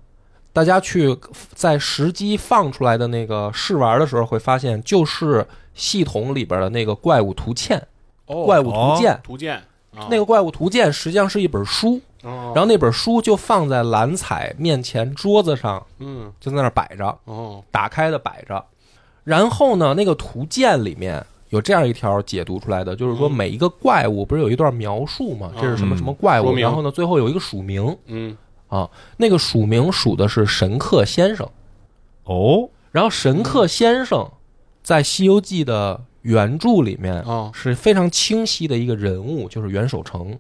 Speaker 1: 大家去在时机放出来的那个试玩的时候会发现，就是系统里边的那个怪物图鉴、
Speaker 4: 哦
Speaker 1: 怪物图鉴，
Speaker 4: 图鉴，啊哦那
Speaker 1: 那个怪物图鉴实际上是一本书，
Speaker 4: 然
Speaker 1: 然后那本书就放在蓝彩面前桌子上，
Speaker 4: 嗯
Speaker 1: 就在那儿摆着，
Speaker 4: 哦
Speaker 1: 打开的摆着，然后呢，那个图鉴里面有这样一条解读出来的，就是说每一个怪物不是有一段描述吗？
Speaker 4: 嗯
Speaker 1: 这是什么什么怪
Speaker 4: 说
Speaker 1: 物？
Speaker 4: 明
Speaker 1: 然后呢，最后有一个署名
Speaker 4: 嗯
Speaker 1: 啊，那个署名署的是神客先生。
Speaker 3: 哦，
Speaker 1: 然后神客先生在《西游记》的原著里面
Speaker 4: 哦
Speaker 1: 是非常清晰的一个人物，就是袁守诚。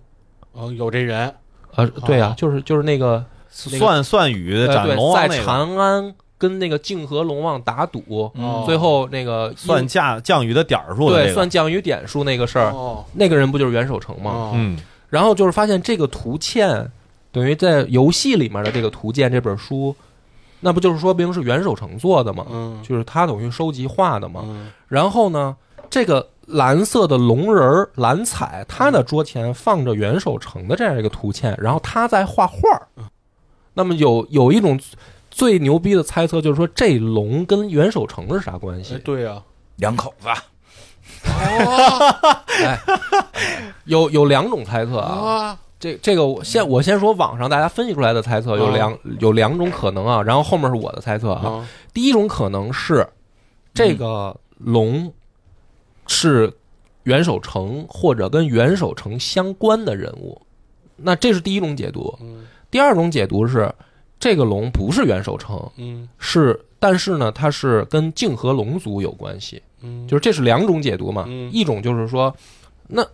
Speaker 4: 哦有这人
Speaker 1: 呃，对啊
Speaker 4: 哦，
Speaker 1: 就是就是那个那个
Speaker 3: 算算雨
Speaker 1: 呃
Speaker 3: 斩
Speaker 1: 对
Speaker 3: 龙，王
Speaker 1: 在
Speaker 3: 那个，
Speaker 1: 长安跟那个泾河龙王打赌，
Speaker 4: 哦
Speaker 1: 最后那个因
Speaker 3: 算降降雨的点儿数的
Speaker 1: 对
Speaker 3: 这个
Speaker 1: 算，降雨点数那个事儿，
Speaker 4: 哦
Speaker 1: 那个人不就是袁守诚吗？
Speaker 4: 哦
Speaker 3: 嗯，
Speaker 1: 然后就是发现这个图鉴，等于在游戏里面的这个图鉴这本书，那不就是说明是袁守诚做的吗？
Speaker 4: 嗯
Speaker 1: 就是他等于收集画的嘛。
Speaker 4: 嗯
Speaker 1: 然后呢，这个蓝色的龙人儿蓝彩，他的桌前放着袁守诚的这样一个图鉴，然后他在画画儿。那么有有一种最牛逼的猜测，就是说这龙跟袁守诚是啥关系
Speaker 4: 哎？对 呀
Speaker 2: 两口子，
Speaker 1: 有有两种猜测啊。
Speaker 4: 啊
Speaker 1: 这这个我先我先说网上大家分析出来的猜测
Speaker 4: 哦
Speaker 1: 有两、有两种可能啊，然后后面是我的猜测啊。
Speaker 4: 啊
Speaker 1: 第一种可能是这个龙是袁守诚或者跟袁守诚相关的人物，那这是第一种解读。
Speaker 4: 嗯
Speaker 1: 第二种解读是这个龙不是袁守诚，
Speaker 4: 嗯
Speaker 1: 是但是呢它是跟泾河龙族有关系。
Speaker 4: 嗯
Speaker 1: 就是这是两种解读嘛，
Speaker 4: 嗯
Speaker 1: 一种就是说，那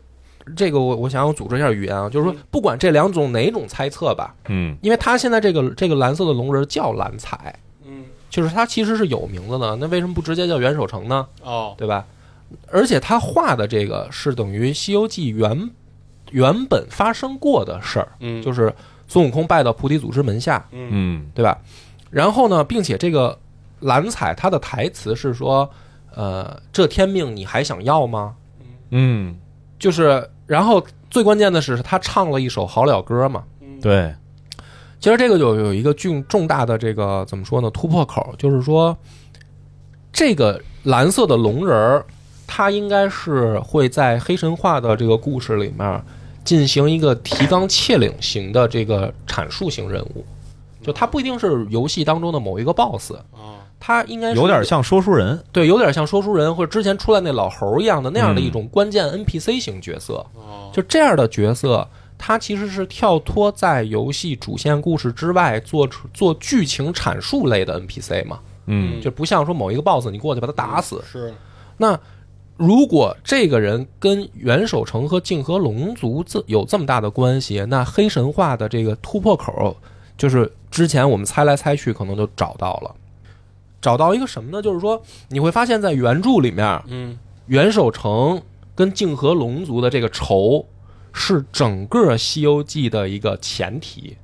Speaker 1: 这个我我想要组织一下语言啊，就是说不管这两种哪种猜测吧，
Speaker 3: 嗯，
Speaker 1: 因为他现在这个这个蓝色的龙人叫蓝彩，
Speaker 4: 嗯
Speaker 1: 就是他其实是有名字的，那为什么不直接叫袁守诚呢？
Speaker 4: 哦
Speaker 1: 对吧？而且他画的这个是等于《西游记》原原本发生过的事儿，
Speaker 4: 嗯
Speaker 1: 就是孙悟空拜到菩提祖师门下，
Speaker 4: 嗯
Speaker 3: 嗯，
Speaker 1: 对吧？然后呢，并且这个蓝彩他的台词是说，呃，这天命你还想要吗？
Speaker 3: 嗯，
Speaker 1: 就是，然后最关键的是，他唱了一首好了歌嘛。
Speaker 4: 嗯
Speaker 3: 对，
Speaker 1: 其实这个有有一个重重大的这个怎么说呢突破口，就是说，这个蓝色的龙人儿，他应该是会在黑神话的这个故事里面进行一个提纲挈领型的这个阐述型任务，就他不一定是游戏当中的某一个 BOSS，
Speaker 4: 啊
Speaker 1: 他应该是
Speaker 3: 有点像说书人，
Speaker 1: 对，有点像说书人或者之前出来那老猴儿一样的那样的一种关键 NPC 型角色。
Speaker 4: 哦
Speaker 1: 就这样的角色，他其实是跳脱在游戏主线故事之外做出做剧情阐述类的 NPC 嘛，
Speaker 3: 嗯
Speaker 4: 嗯
Speaker 1: 就不像说某一个 BOSS 你过去把他打死。
Speaker 4: 是
Speaker 1: 那如果这个人跟袁守诚和泾河龙族这有这么大的关系，那黑神话的这个突破口，就是之前我们猜来猜去，可能就找到了。找到一个什么呢？就是说，你会发现在原著里面，
Speaker 4: 嗯
Speaker 1: 袁守诚跟泾河龙族的这个仇，是整个《西游记》的一个前提。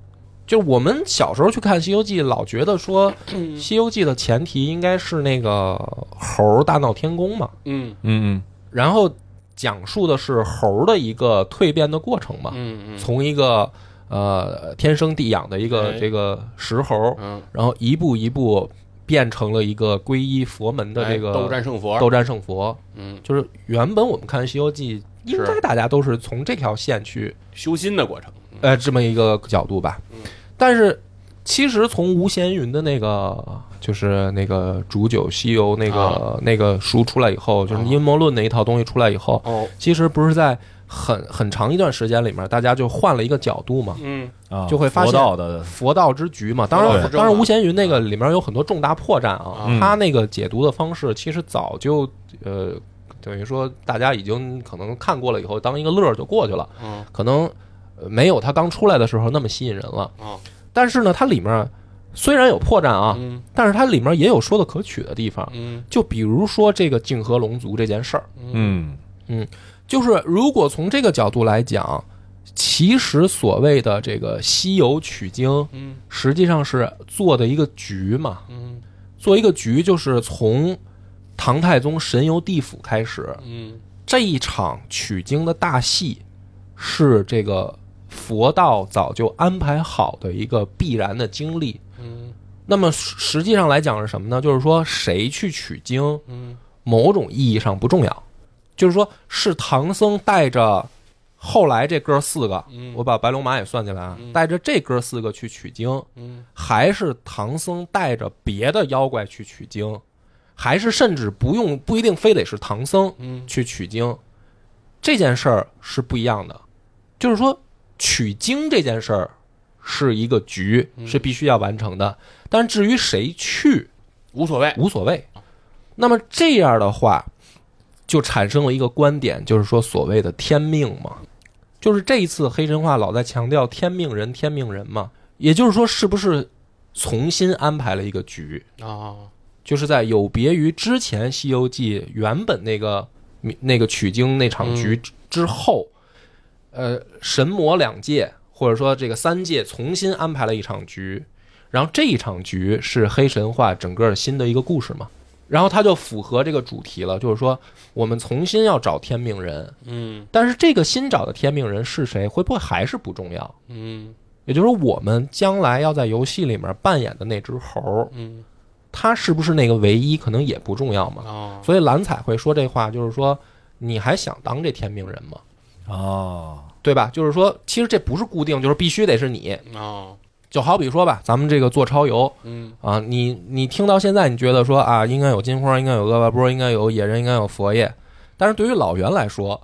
Speaker 1: 就我们小时候去看《西游记》，老觉得说《西游记》的前提应该是那个猴儿大闹天宫嘛。
Speaker 4: 嗯
Speaker 3: 嗯
Speaker 1: 然后讲述的是猴儿的一个蜕变的过程嘛，
Speaker 4: 嗯嗯
Speaker 1: 从一个呃天生地养的一个
Speaker 4: 哎
Speaker 1: 这个石猴儿，
Speaker 4: 嗯，
Speaker 1: 然后一步一步变成了一个皈依佛门的这个
Speaker 4: 哎斗战胜佛，
Speaker 1: 斗战胜佛。
Speaker 4: 嗯，
Speaker 1: 就是原本我们看《西游记》，应该
Speaker 4: 是
Speaker 1: 大家都是从这条线去
Speaker 4: 修心的过程，
Speaker 1: 呃这么一个角度吧
Speaker 4: 嗯。
Speaker 1: 但是其实从吴闲云的那个就是那个煮酒西游那个、
Speaker 4: 啊
Speaker 1: 那个书出来以后，就是
Speaker 4: 啊
Speaker 1: 阴谋论那一套东西出来以后，
Speaker 4: 哦，
Speaker 1: 其实不是在很很长一段时间里面，大家就换了一个角度嘛。
Speaker 4: 嗯，
Speaker 3: 啊
Speaker 1: 就会发现
Speaker 3: 佛道的
Speaker 1: 佛道之局嘛，当
Speaker 4: 佛
Speaker 1: 然
Speaker 4: 道，之
Speaker 1: 当然，
Speaker 4: 政啊
Speaker 1: 吴闲云那个里面有很多重大破绽啊，
Speaker 3: 嗯
Speaker 1: 他那个解读的方式其实早就呃，等于说大家已经可能看过了以后，当一个乐儿就过去了，
Speaker 4: 嗯，
Speaker 1: 可能呃没有他刚出来的时候那么吸引人了。
Speaker 4: 哦，
Speaker 1: 但是呢，它里面虽然有破绽啊，
Speaker 4: 嗯
Speaker 1: 但是它里面也有说的可取的地方，
Speaker 4: 嗯
Speaker 1: 就比如说这个泾河龙族这件事儿，
Speaker 3: 嗯
Speaker 1: 就是如果从这个角度来讲，其实所谓的这个西游取经，
Speaker 4: 嗯
Speaker 1: 实际上是做的一个局嘛，
Speaker 4: 嗯
Speaker 1: 做一个局就是从唐太宗神游地府开始，
Speaker 4: 嗯
Speaker 1: 这一场取经的大戏是这个佛道早就安排好的一个必然的经历。
Speaker 4: 嗯
Speaker 1: 那么实实际上来讲是什么呢？就是说谁去取经，
Speaker 4: 嗯
Speaker 1: 某种意义上不重要，就是说是唐僧带着后来这哥四个，
Speaker 4: 嗯
Speaker 1: 我把白龙马也算进来啊，带着这哥四个去取经，
Speaker 4: 嗯
Speaker 1: 还是唐僧带着别的妖怪去取经，还是甚至不用不一定非得是唐僧
Speaker 4: 嗯
Speaker 1: 去取经，这件事儿是不一样的。就是说，取经这件事儿是一个局，是必须要完成的。但至于谁去，
Speaker 4: 无所谓，
Speaker 1: 无所谓。那么这样的话，就产生了一个观点，就是说所谓的天命嘛，就是这一次黑神话老在强调天命人，天命人嘛，也就是说，是不是重新安排了一个局？
Speaker 4: 啊，
Speaker 1: 就是在有别于之前《西游记》原本那个那个取经那场局
Speaker 4: 嗯
Speaker 1: 之之后，呃，神魔两界或者说这个三界重新安排了一场局，然后这一场局是黑神话整个新的一个故事嘛，然后它就符合这个主题了，就是说我们重新要找天命人，
Speaker 4: 嗯
Speaker 1: 但是这个新找的天命人是谁，会不会还是不重要？
Speaker 4: 嗯
Speaker 1: 也就是说，我们将来要在游戏里面扮演的那只猴儿，
Speaker 4: 嗯
Speaker 1: 它是不是那个唯一，可能也不重要嘛。
Speaker 4: 啊，
Speaker 1: 所以蓝彩会说这话，就是说你还想当这天命人吗？
Speaker 3: 哦，
Speaker 1: 对吧？就是说，其实这不是固定，就是必须得是你。
Speaker 4: 啊，
Speaker 1: 就好比说吧，咱们这个做超游
Speaker 4: 嗯
Speaker 1: 啊，你你听到现在，你觉得说啊，应该有金花，应该有恶霸波，应该有野人，应该有佛爷，但是对于老袁来说，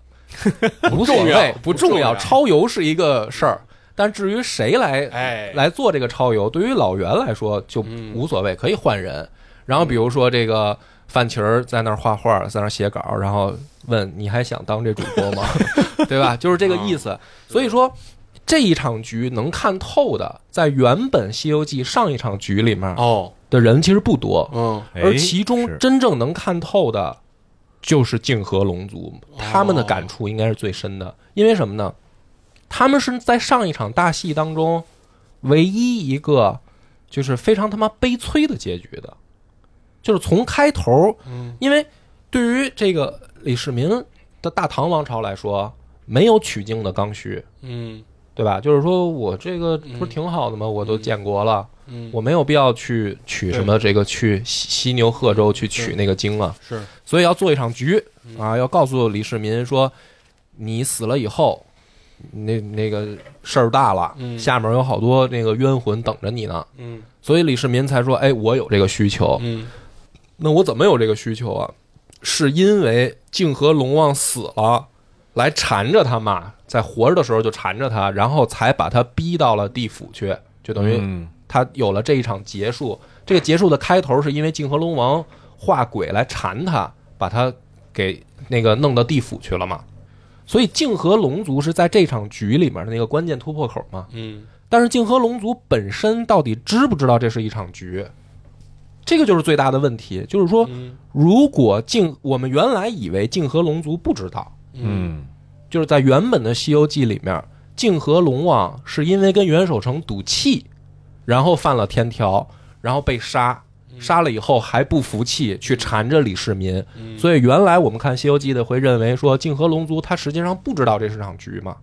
Speaker 1: 无所
Speaker 4: 重
Speaker 1: 谓
Speaker 4: 要，
Speaker 1: 不
Speaker 4: 不
Speaker 1: 重
Speaker 4: 重要
Speaker 1: 超游是一个事儿，但至于谁来
Speaker 4: 哎，
Speaker 1: 来做这个超游，对于老袁来说就
Speaker 4: 嗯
Speaker 1: 无所谓，可以换人。然后比如说这个范琪儿在那儿画画，在那儿写稿，然后问你还想当这主播吗？ 对吧？就是这个意
Speaker 4: 啊
Speaker 1: 思。所以说这一场局能看透的，在原本《西游记》上一场局里面
Speaker 4: 哦，
Speaker 1: 的人其实不多，
Speaker 4: 嗯
Speaker 3: 哎
Speaker 1: 而其中
Speaker 3: 是
Speaker 1: 真正能看透的，就是泾河龙族，
Speaker 3: 哦
Speaker 1: 他们的感触应该是最深的。因为什么呢？他们是在上一场大戏当中唯一一个就是非常他妈悲催的结局的，就是从开头，
Speaker 4: 嗯
Speaker 1: 因为对于这个李世民的大唐王朝来说，没有取经的刚需，
Speaker 4: 嗯
Speaker 1: 对吧？就是说我这个
Speaker 3: 嗯
Speaker 1: 不是挺好的吗？我都建国了。
Speaker 4: 嗯，
Speaker 1: 我没有必要去取什么这个去犀犀牛贺州去取那个经啊，
Speaker 4: 是
Speaker 1: 所以要做一场局啊，要告诉李世民说，你死了以后，那那个事儿大了，
Speaker 4: 嗯
Speaker 1: 下面有好多那个冤魂等着你呢，
Speaker 4: 嗯
Speaker 1: 所以李世民才说，哎，我有这个需求，
Speaker 4: 嗯
Speaker 1: 那我怎么有这个需求啊？是因为泾河龙王死了，来缠着他嘛，在活着的时候就缠着他，然后才把他逼到了地府去，就等于
Speaker 3: 嗯
Speaker 1: 他有了这一场结束。这个结束的开头是因为泾河龙王化鬼来缠他，把他给那个弄到地府去了嘛。所以泾河龙族是在这场局里面的那个关键突破口嘛。
Speaker 4: 嗯
Speaker 1: 但是泾河龙族本身到底知不知道这是一场局，这个就是最大的问题。就是说，
Speaker 4: 嗯
Speaker 1: 如果泾我们原来以为泾河龙族不知道，
Speaker 3: 嗯
Speaker 1: 就是在原本的《西游记》里面，泾河龙王是因为跟袁守诚赌气，然后犯了天条，然后被杀。杀了以后还不服气，去缠着李世民。所以原来我们看《西游记》的会认为说，泾河龙族他实际上不知道这是场局嘛。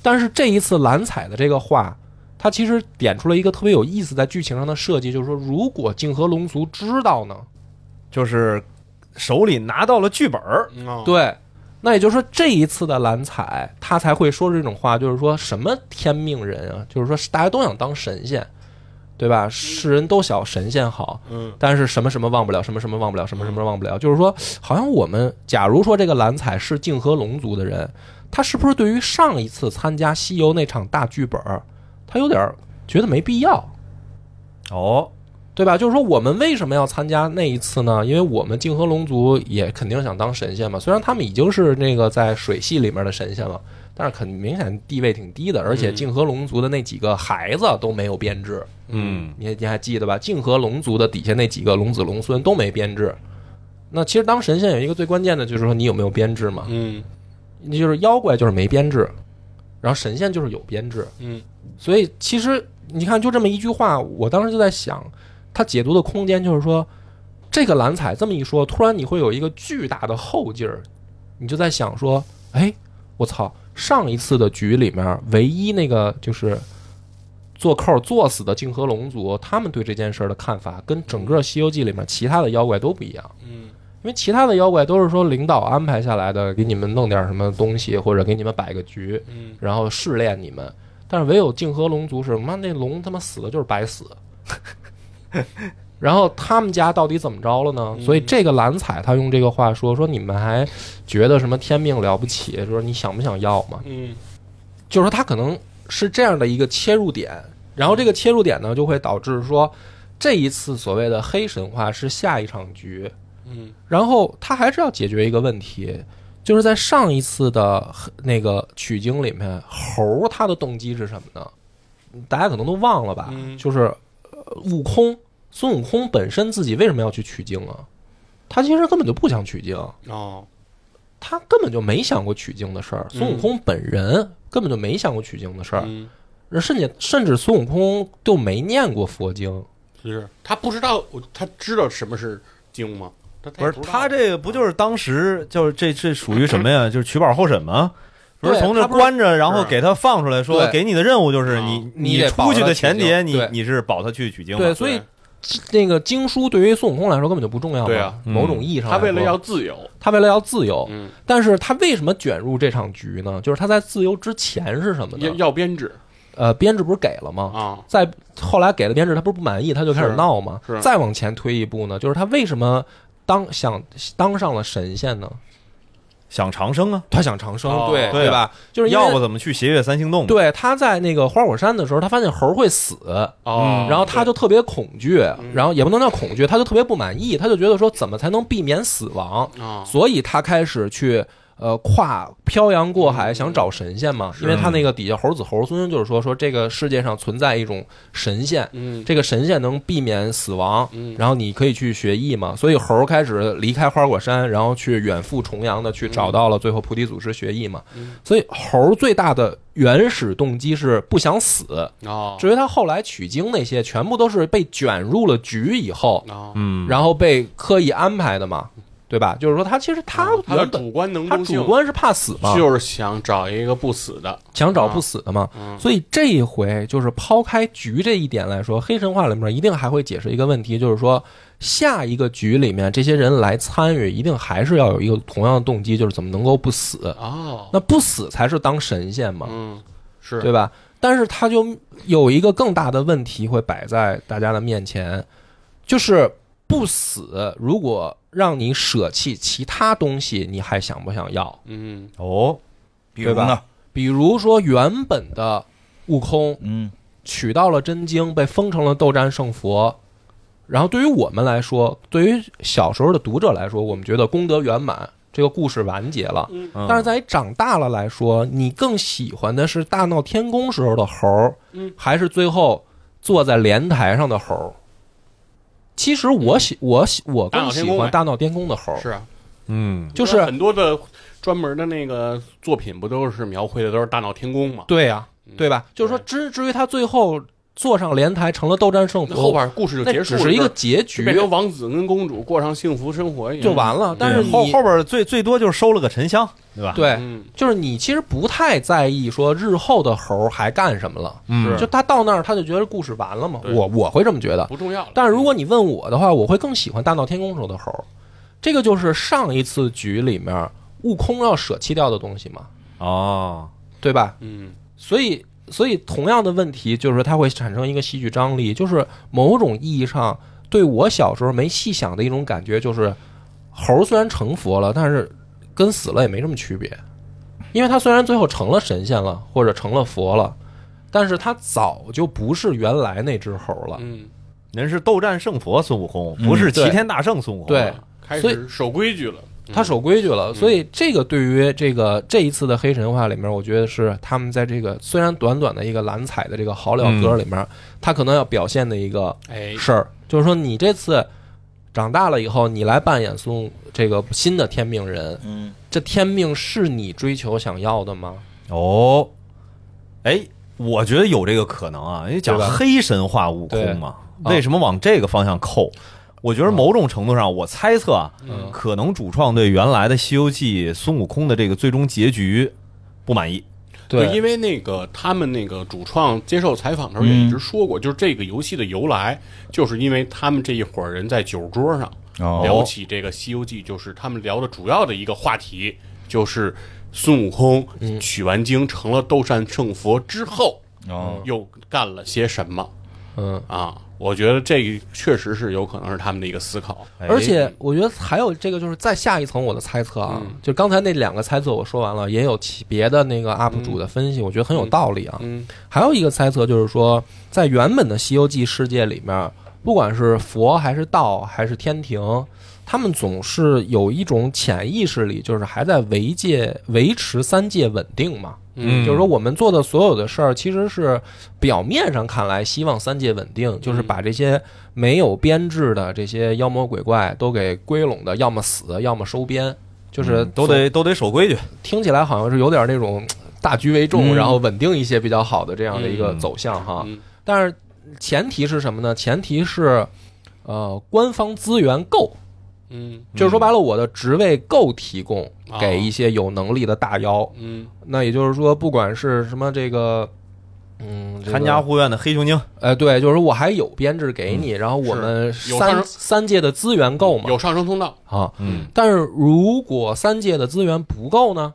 Speaker 1: 但是这一次蓝采的这个话，他其实点出了一个特别有意思在剧情上的设计，就是说，如果泾河龙族知道呢，
Speaker 3: 就是手里拿到了剧本儿，
Speaker 4: 嗯，
Speaker 1: 对，那也就是说这一次的蓝采，他才会说这种话，就是说什么天命人啊，就是说大家都想当神仙，对吧？世人都想神仙好，
Speaker 4: 嗯，
Speaker 1: 但是什么什么忘不了，什么什么忘不了，什么什么忘不了，就是说，好像我们假如说这个蓝采是泾河龙族的人，他是不是对于上一次参加西游那场大剧本儿，他有点儿觉得没必要？
Speaker 3: 哦，
Speaker 1: 对吧？就是说，我们为什么要参加那一次呢？因为我们泾河龙族也肯定想当神仙嘛。虽然他们已经是那个在水系里面的神仙了，但是很明显地位挺低的。而且泾河龙族的那几个孩子都没有编制，
Speaker 3: 嗯，
Speaker 1: 你你还记得吧？泾河龙族的底下那几个龙子龙孙都没编制。那其实当神仙有一个最关键的就是说你有没有编制嘛？
Speaker 4: 嗯
Speaker 1: 你就是妖怪就是没编制，然后神仙就是有编制。
Speaker 4: 嗯，
Speaker 1: 所以其实你看，就这么一句话，我当时就在想，它解读的空间就是说，这个蓝采这么一说，突然你会有一个巨大的后劲儿，你就在想说，哎，我操，上一次的局里面，唯一那个就是做扣作死的泾河龙族，他们对这件事儿的看法，跟整个《西游记》里面其他的妖怪都不一样。
Speaker 4: 嗯
Speaker 1: 因为其他的妖怪都是说领导安排下来的，给你们弄点什么东西，或者给你们摆个局，
Speaker 4: 嗯，
Speaker 1: 然后试炼你们。但是唯有泾河龙族是，妈那龙他妈死的就是白死。 然后他们家到底怎么着了呢？所以这个蓝采他用这个话说说你们还觉得什么天命了不起？说你想不想要嘛？
Speaker 4: 嗯
Speaker 1: 就是说他可能是这样的一个切入点，然后这个切入点呢就会导致说这一次所谓的黑神话是下一场局，
Speaker 4: 嗯
Speaker 1: 然后他还是要解决一个问题，就是在上一次的那个取经里面，猴儿他的动机是什么呢？大家可能都忘了吧？
Speaker 4: 嗯
Speaker 1: 啊就是呃悟空，孙悟空本身自己为什么要去取经啊？他其实根本就不想取经，
Speaker 4: 哦，
Speaker 1: 他根本就没想过取经的事儿。
Speaker 4: 嗯
Speaker 1: 孙悟空本人根本就没想过取经的事儿，
Speaker 4: 嗯，
Speaker 1: 甚至甚至孙悟空就没念过佛经。
Speaker 4: 是他不知道，他知道什么是经吗？他
Speaker 3: 不是
Speaker 4: 他也知道
Speaker 1: 啊
Speaker 3: 他这个不就是当时就是这这属于什 么呀？就是取保候审吗？不是
Speaker 1: 对
Speaker 3: 从这
Speaker 1: 他不是
Speaker 3: 关着，然后
Speaker 4: 是
Speaker 3: 给他放出来说，
Speaker 1: 对
Speaker 3: 给你的任务就是
Speaker 4: 啊
Speaker 3: 你
Speaker 1: 你得保
Speaker 3: 出去
Speaker 1: 他
Speaker 3: 的
Speaker 1: 取
Speaker 3: 前提，
Speaker 1: 经
Speaker 3: 你
Speaker 1: 对
Speaker 3: 你是保他去取经嘛。
Speaker 1: 对，所以那个经书对于孙悟空来说根本就不重要嘛。
Speaker 4: 对啊
Speaker 1: 某种意义上
Speaker 4: 他
Speaker 1: 来说，哦
Speaker 4: 为了要自由，
Speaker 1: 他为了要自由，
Speaker 4: 嗯，
Speaker 1: 但是他为什么卷入这场局呢？就是他在自由之前是什么呢
Speaker 4: 要？要编制
Speaker 1: 呃，编制不是给了吗？
Speaker 4: 啊，
Speaker 1: 在后来给了编制，他不是不满意，他就开始
Speaker 4: 是
Speaker 1: 闹嘛
Speaker 4: 是。
Speaker 1: 再往前推一步呢，就是他为什么当想当上了神仙呢？
Speaker 3: 想长生啊，
Speaker 1: 他想长生，
Speaker 4: 哦
Speaker 1: 对
Speaker 3: 对啊
Speaker 1: 吧？就是因为
Speaker 3: 要不怎么去斜月三星洞？，
Speaker 1: 对他在那个花果山的时候，他发现猴会死，
Speaker 4: 哦，嗯
Speaker 1: 然后他就特别恐惧，然后也不能叫恐惧，他就特别不满意，他就觉得说怎么才能避免死亡？
Speaker 4: 啊，
Speaker 1: 所以他开始去呃跨漂洋过
Speaker 4: 嗯
Speaker 1: 海想找神仙嘛，因为他那个底下猴子猴孙就是说说这个世界上存在一种神仙。
Speaker 4: 嗯
Speaker 1: 这个神仙能避免死亡
Speaker 4: 嗯，
Speaker 1: 然后你可以去学艺嘛。所以猴儿开始离开花果山，然后去远赴重洋的去找到了最后菩提祖师学艺嘛。
Speaker 4: 嗯
Speaker 1: 所以猴儿最大的原始动机是不想死。
Speaker 4: 哦
Speaker 1: 至于他后来取经那些，全部都是被卷入了局以后，
Speaker 4: 哦，
Speaker 3: 嗯，
Speaker 1: 然后被刻意安排的嘛，对吧？就是说他其实他
Speaker 4: 他的
Speaker 1: 原本
Speaker 4: 啊主观能
Speaker 1: 他
Speaker 4: 动性
Speaker 1: 主观是怕死嘛，
Speaker 4: 就是啊想找一个不死的，
Speaker 1: 想找不死的嘛。
Speaker 4: 嗯
Speaker 1: 所以这一回就是抛开局这一点来说，黑神话里面一定还会解释一个问题，就是说下一个局里面这些人来参与，一定还是要有一个同样的动机，就是怎么能够不死？
Speaker 4: 哦，
Speaker 1: 那不死才是当神仙嘛，
Speaker 4: 嗯，是
Speaker 1: 啊对吧？但是他就有一个更大的问题会摆在大家的面前，就是不死，如果让你舍弃其他东西，你还想不想要？
Speaker 4: 嗯
Speaker 3: 哦，
Speaker 2: 比如
Speaker 1: 对
Speaker 2: 呢
Speaker 1: 吧，比如说原本的悟空
Speaker 2: 嗯，
Speaker 1: 取到了真经，被封成了斗战胜佛。然后对于我们来说，对于小时候的读者来说，我们觉得功德圆满，这个故事完结了。
Speaker 3: 嗯
Speaker 1: 但是在长大了来说，你更喜欢的是大闹天宫时候的猴儿
Speaker 4: 嗯，
Speaker 1: 还是最后坐在莲台上的猴儿？其实我喜我喜我
Speaker 4: 大
Speaker 1: 更
Speaker 4: 闹天
Speaker 1: 喜
Speaker 4: 宫
Speaker 1: 欢
Speaker 4: 呗
Speaker 1: 大闹天宫的猴儿，
Speaker 4: 是啊，
Speaker 3: 嗯，
Speaker 1: 哦就是
Speaker 4: 很多的专门的那个作品不都是描绘的都是大闹天宫嘛？
Speaker 1: 对呀、
Speaker 4: 嗯
Speaker 1: 对吧？就是说，
Speaker 4: 对
Speaker 1: 至至于他最后坐上莲台成了斗战胜
Speaker 4: 那
Speaker 1: 佛，
Speaker 4: 后边故事就
Speaker 1: 那
Speaker 4: 结
Speaker 1: 只
Speaker 4: 束了，
Speaker 1: 是一个结
Speaker 4: 就
Speaker 1: 局
Speaker 4: 变成嗯王子跟公主过上幸福生活一样
Speaker 1: 就完。了。但是
Speaker 3: 后
Speaker 1: 你
Speaker 3: 后边最最多就是收了个沉香，对吧？，
Speaker 1: 对，
Speaker 4: 嗯，
Speaker 1: 就是你其实不太在意说日后的猴还干什么了，
Speaker 3: 嗯
Speaker 1: 就他到那儿他就觉得故事完了嘛。
Speaker 4: 对
Speaker 1: 我我会这么觉得。
Speaker 4: 不重要了。
Speaker 1: 但是如果你问我的话，我会更喜欢大闹天宫时候的猴儿。这个就是上一次局里面悟空要舍弃掉的东西嘛，
Speaker 3: 哦，
Speaker 1: 对吧？
Speaker 4: 嗯，
Speaker 1: 所以，所以同样的问题就是说它会产生一个戏剧张力，就是某种意义上对我小时候没细想的一种感觉，就是猴儿虽然成佛了，但是跟死了也没什么区别，因为他虽然最后成了神仙了，或者成了佛了，但是他早就不是原来那只猴儿了。
Speaker 4: 嗯，
Speaker 3: 您是斗战胜佛孙悟空，不是齐天大圣孙悟
Speaker 1: 嗯
Speaker 3: 空。
Speaker 1: 对，
Speaker 4: 嗯开
Speaker 1: 所
Speaker 4: 始守规矩了。
Speaker 1: 他守规矩
Speaker 4: 嗯
Speaker 1: 了，所以这个对于这个这一次的黑神话里面，我觉得是他们在这个虽然短短的一个蓝彩的这个好了歌里面，他可能要表现的一个
Speaker 4: 嗯哎，
Speaker 1: 事儿，就是说你这次长大了以后，你来扮演孙悟这个新的天命人，
Speaker 2: 嗯，
Speaker 1: 这天命是你追求想要的吗？
Speaker 3: 哦，哎，我觉得有这个可能啊，因为讲
Speaker 1: 对吧
Speaker 3: 黑神话悟空嘛，
Speaker 1: 对啊啊
Speaker 3: 为什么往这个方向扣？我觉得某种程度上，我猜测啊，
Speaker 1: 嗯
Speaker 3: 可能主创对原来的《西游记》孙悟空的这个最终结局不满意。
Speaker 4: 就因为那个他们那个主创接受采访的时候也一
Speaker 1: 嗯
Speaker 4: 直说过，就是这个游戏的由来，就是因为他们这一伙人在酒桌上
Speaker 2: 哦
Speaker 4: 聊起这个《西游记》，就是他们聊的主要的一个话题，就是孙悟空
Speaker 1: 嗯
Speaker 4: 取完经成了斗战胜佛之后，
Speaker 2: 哦，
Speaker 4: 又干了些什么
Speaker 1: 嗯，
Speaker 4: 啊？我觉得这个确实是有可能是他们的一个思考。
Speaker 3: 哎
Speaker 1: 而且我觉得还有这个，就是再下一层我的猜测啊，
Speaker 4: 嗯
Speaker 1: 就刚才那两个猜测我说完了，也有其别的那个 UP 主的分析，我觉得很有道理啊。
Speaker 4: 嗯
Speaker 1: 还有一个猜测就是说，在原本的《西游记》世界里面，不管是佛还是道还是天庭，他们总是有一种潜意识里，就是还在维界维持三界稳定嘛。
Speaker 3: 嗯
Speaker 1: 就是说我们做的所有的事儿，其实是表面上看来希望三界稳定，就是把这些没有编制的这些妖魔鬼怪都给归拢的，要么死，要么收编，就是
Speaker 3: 嗯都
Speaker 1: 总
Speaker 3: 得都得守规矩，
Speaker 1: 听起来好像是有点那种大局为重，
Speaker 3: 嗯
Speaker 1: 然后稳定一些比较好的这样的一个
Speaker 3: 嗯
Speaker 1: 走向哈。
Speaker 4: 嗯
Speaker 1: 但是前提是什么呢？前提是，呃，官方资源够，
Speaker 4: 嗯
Speaker 1: 就是说白了，我的职位够提供
Speaker 4: 啊
Speaker 1: 给一些有能力的大妖。
Speaker 4: 嗯
Speaker 1: 那也就是说，不管是什么这个。嗯，这个
Speaker 3: 看家护院的黑熊精。
Speaker 1: 呃，对，就是说我还有编制给你，然后我们
Speaker 4: 嗯是有上
Speaker 1: 三
Speaker 4: 升
Speaker 1: 三界的资源够吗？
Speaker 4: 嗯有上升通道。
Speaker 1: 啊，
Speaker 3: 嗯，
Speaker 1: 但是如果三界的资源不够呢？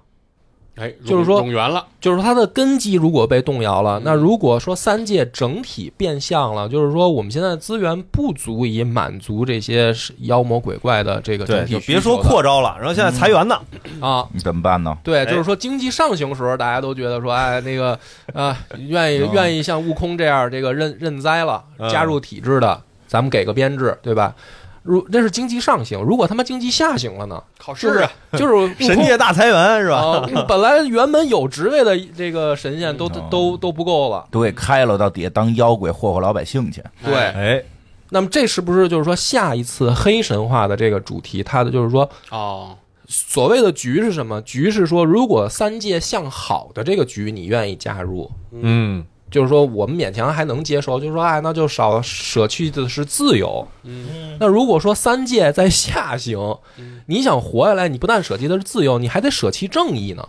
Speaker 4: 哎，
Speaker 1: 就是说
Speaker 4: 冗员了，
Speaker 1: 就是说它的根基如果被动摇
Speaker 3: 嗯
Speaker 1: 了，那如果说三界整体变相了，就是说我们现在资源不足以满足这些妖魔鬼怪的这个整
Speaker 3: 对，
Speaker 1: 体
Speaker 3: 就
Speaker 1: 需
Speaker 3: 别
Speaker 1: 求
Speaker 3: 说扩招了，然后现
Speaker 1: 嗯
Speaker 3: 在裁员呢，
Speaker 1: 的啊。
Speaker 2: 你怎么办呢？
Speaker 3: 哎
Speaker 1: 对，就是说经济上行时候，大家都觉得说，哎，那 个啊，愿意
Speaker 2: 嗯
Speaker 1: 愿意像悟空这样这个认认栽了，
Speaker 3: 嗯
Speaker 1: 加入体制的，咱们给个编制，对吧？如这是经济上行，如果他妈经济下行了呢？
Speaker 4: 考试
Speaker 1: 就是
Speaker 4: 啊
Speaker 1: 就是悟空
Speaker 3: 神界大裁员是吧？
Speaker 1: 嗯啊，本来原本有职位的这个神仙都
Speaker 2: 嗯
Speaker 1: 都都不够了。
Speaker 2: 都给开了，到底下当妖鬼霍霍老百姓去。
Speaker 1: 对，
Speaker 3: 哎，
Speaker 1: 那么这是不是就是说下一次黑神话的这个主题，它的就是说
Speaker 4: 哦，
Speaker 1: 所谓的局是什么？局是说，如果三界向好的这个局，你愿意加入，
Speaker 3: 嗯，
Speaker 1: 就是说我们勉强还能接受，就是说，哎，那就少舍去的是自由。嗯，那如果说三界在下行，你想活下来，你不但舍弃的是自由，你还得舍弃正义呢。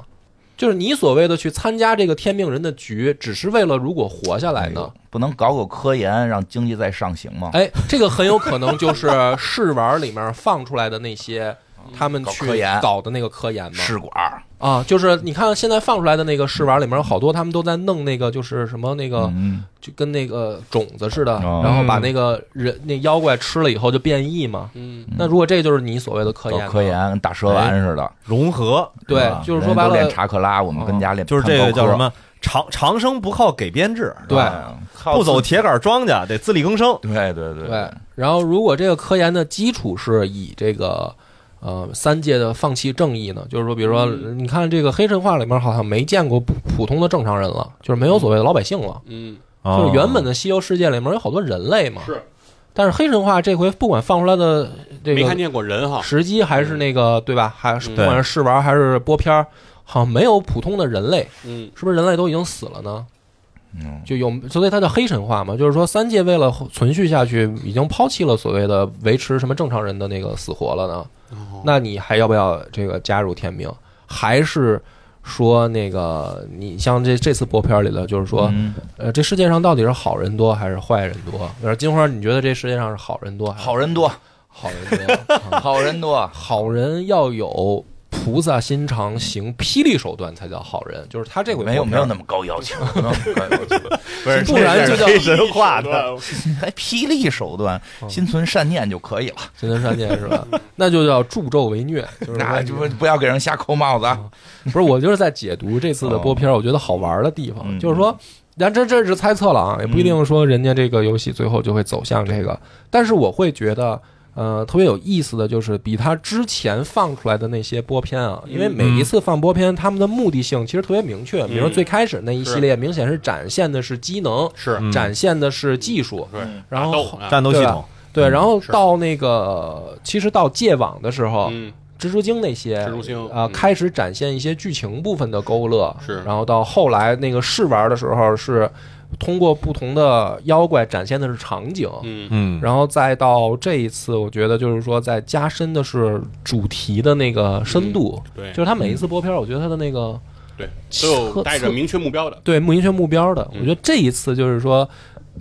Speaker 1: 就是你所谓的去参加这个天命人的局，只是为了如果活下
Speaker 2: 哎
Speaker 1: 来呢？
Speaker 2: 不能搞搞科研，让经济再上行吗？
Speaker 1: 哎，这个很有可能就是试玩里面放出来的那些他们
Speaker 2: 嗯搞
Speaker 1: 去
Speaker 2: 科研
Speaker 1: 搞的那个科研嘛。
Speaker 2: 试管儿，
Speaker 1: 啊，就是你看现在放出来的那个试玩里面有好多，他们都在弄那个就是什么那个
Speaker 2: 嗯，
Speaker 1: 就跟那个种子似的，
Speaker 2: 哦
Speaker 1: 然后把那个人那妖怪吃了以后就变异嘛。
Speaker 4: 嗯，
Speaker 1: 那如果这就是你所谓的哦科
Speaker 2: 嗯搞
Speaker 1: 研呢，
Speaker 2: 科研跟打蛇丸似的。
Speaker 3: 融合
Speaker 1: 对
Speaker 2: 是吧，
Speaker 1: 就是
Speaker 2: 人
Speaker 1: 说白
Speaker 2: 都练
Speaker 1: 了，
Speaker 2: 查克拉，我们跟家练
Speaker 3: 就是
Speaker 2: 攀
Speaker 3: 这个
Speaker 2: 高
Speaker 3: 叫
Speaker 2: 科
Speaker 3: 什？么？长长生不靠给编制，
Speaker 1: 对
Speaker 2: 哎
Speaker 3: 不走。铁杆庄稼，得自力更生。
Speaker 2: 靠自对对对
Speaker 1: 对，。然后如果这个科研的基础是以这个呃三界的放弃正义呢，就是说，比如
Speaker 4: 嗯
Speaker 1: 说，呃你看这个黑神话里面好像没见过普普通的正常人了，就是没有所谓的老百姓了。
Speaker 4: 嗯，
Speaker 1: 哦就是原本的西游世界里面有好多人类嘛，
Speaker 4: 是
Speaker 1: 但是黑神话这回不管放出来的这
Speaker 4: 没
Speaker 1: 个
Speaker 4: 看见过人哈，
Speaker 1: 时机还是那个对吧？还是
Speaker 4: 嗯
Speaker 1: 不管是试玩还是播片儿，好像没有普通的人类，
Speaker 4: 嗯，
Speaker 1: 是不是人类都已经死了呢？
Speaker 2: 嗯
Speaker 1: 就有，所以它叫黑神话嘛，就是说三界为了存续下去，已经抛弃了所谓的维持什么正常人的那个死活了呢。那你还要不要这个加入天命？还是说那个你像这这次播片里的，就是说，
Speaker 2: 嗯
Speaker 1: 呃，这世界上到底是好人多还是坏人多？比如金花，你觉得这世界上是好人多还是
Speaker 2: 好人多，
Speaker 1: 好人多？ 啊
Speaker 2: 好人多，
Speaker 1: 好人要有菩萨心肠，行霹雳手段才叫好人。就是他这个
Speaker 2: 没有没有那
Speaker 1: 么，
Speaker 2: 么高 要求，没有那么高要求
Speaker 3: 不是，
Speaker 1: 不然就叫
Speaker 3: 黑神 话的。
Speaker 4: 的，
Speaker 2: 还哎霹雳手段，心存善念就可以了。
Speaker 1: 真的善念是吧？ 那就叫助纣为虐，就是
Speaker 2: 那
Speaker 1: 说
Speaker 2: 就不不要给人瞎扣帽子啊！
Speaker 1: 不是，我就是在解读这次的播片儿，我觉得好玩儿的地方，
Speaker 2: 嗯
Speaker 1: 就是说，咱这这是猜测了啊，也不一定说人家这个游戏最后就会走向这个，但是我会觉得。呃，特别有意思的就是，比他之前放出来的那些播片啊，因为每一次放播片，他们的目的性其实特别明确。比如说最开始那一系列，明显是展现的是机能，
Speaker 4: 是
Speaker 3: 嗯
Speaker 1: 展现的是技术，
Speaker 4: 对，
Speaker 1: 然后
Speaker 4: 打斗啊
Speaker 3: 战斗系
Speaker 1: 对吧
Speaker 3: 统，
Speaker 1: 对，然后
Speaker 4: 是
Speaker 1: 到那个，其实到戒网的时候，
Speaker 4: 嗯，
Speaker 1: 蜘蛛精那些，
Speaker 4: 蜘蛛精
Speaker 1: 啊、
Speaker 4: 嗯
Speaker 1: 开始展现一些剧情部分的勾勒，
Speaker 4: 是
Speaker 1: 然后到后来那个试玩的时候，是通过不同的妖怪展现的是场景，
Speaker 4: 嗯
Speaker 3: 嗯，
Speaker 1: 然后再到这一次，我觉得就是说在加深的是主题的那个深度，嗯
Speaker 4: 对，
Speaker 1: 就是他每一次播片，我觉得他的那个
Speaker 4: 对，都有带着明确目标的，
Speaker 1: 对明确目标的，
Speaker 4: 嗯
Speaker 1: 我觉得这一次就是说，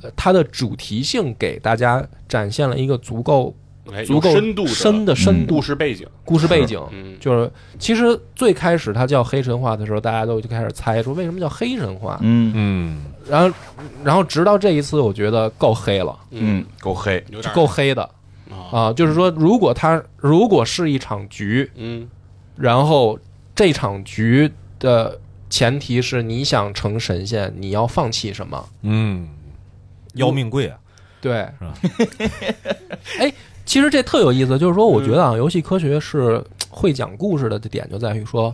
Speaker 1: 呃它的主题性给大家展现了一个足够
Speaker 4: 哎有
Speaker 1: 足够
Speaker 4: 深度的嗯
Speaker 1: 深的深度
Speaker 4: 故事背景，
Speaker 1: 故事背景，
Speaker 4: 嗯，
Speaker 1: 就是其实最开始它叫黑神话的时候，大家都就开始猜说为什么叫黑神话，
Speaker 2: 嗯
Speaker 3: 嗯，
Speaker 1: 然后然后直到这一次，我觉得够黑了，
Speaker 2: 嗯，够黑，
Speaker 4: 有
Speaker 1: 就
Speaker 4: 点
Speaker 1: 够黑的
Speaker 4: 啊，
Speaker 1: 啊！就是说，如果它如果是一场局，
Speaker 4: 嗯
Speaker 1: 然后这场局的前提是你想成神仙，你要放弃什么？
Speaker 3: 嗯，要命贵啊！
Speaker 1: 对
Speaker 3: 是吧，
Speaker 1: 哎，其实这特有意思，就是说，我觉得啊，游戏科学是会讲故事的点就在于说，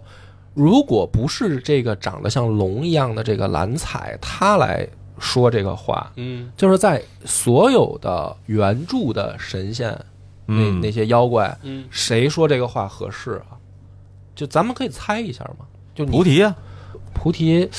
Speaker 1: 如果不是这个长得像龙一样的这个蓝彩，他来说这个话，
Speaker 4: 嗯
Speaker 1: 就是在所有的原著的神仙那、
Speaker 3: 嗯
Speaker 1: 那些妖怪，
Speaker 4: 嗯，
Speaker 1: 谁说这个话合适啊？就咱们可以猜一下嘛，就你
Speaker 3: 菩提啊，
Speaker 1: 菩提，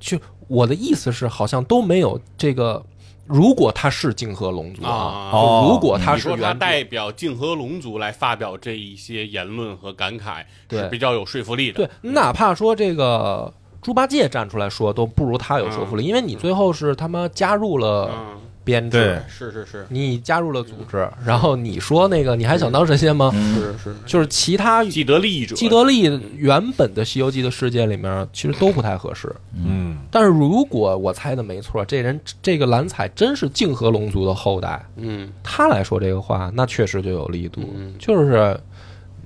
Speaker 1: 就我的意思是，好像都没有这个。如果他是泾河龙族
Speaker 4: 啊
Speaker 1: 就
Speaker 3: 哦
Speaker 1: 如果他
Speaker 4: 你
Speaker 1: 是
Speaker 4: 说他
Speaker 1: 原著
Speaker 4: 代表泾河龙族来发表这一些言论和感慨，
Speaker 1: 对
Speaker 4: 是比较有说服力的。
Speaker 1: 对，哪怕说这个猪八戒站出来说，都不如他有说服力，因为你最后是他妈加入了
Speaker 4: 嗯，
Speaker 1: 编
Speaker 3: 对
Speaker 1: 制，
Speaker 4: 是是是
Speaker 1: 你加入了组织，然后你说那个你还想当神仙吗？
Speaker 4: 是是，
Speaker 1: 就是其他
Speaker 4: 既得利益者，
Speaker 1: 嗯既得利益原本的《西游记》的世界里面，其实都不太合适。
Speaker 3: 嗯，
Speaker 1: 但是如果我猜的没错，这人这个蓝采真是泾河龙族的后代，
Speaker 4: 嗯
Speaker 1: 他来说这个话，那确实就有力度，
Speaker 4: 嗯
Speaker 1: 就是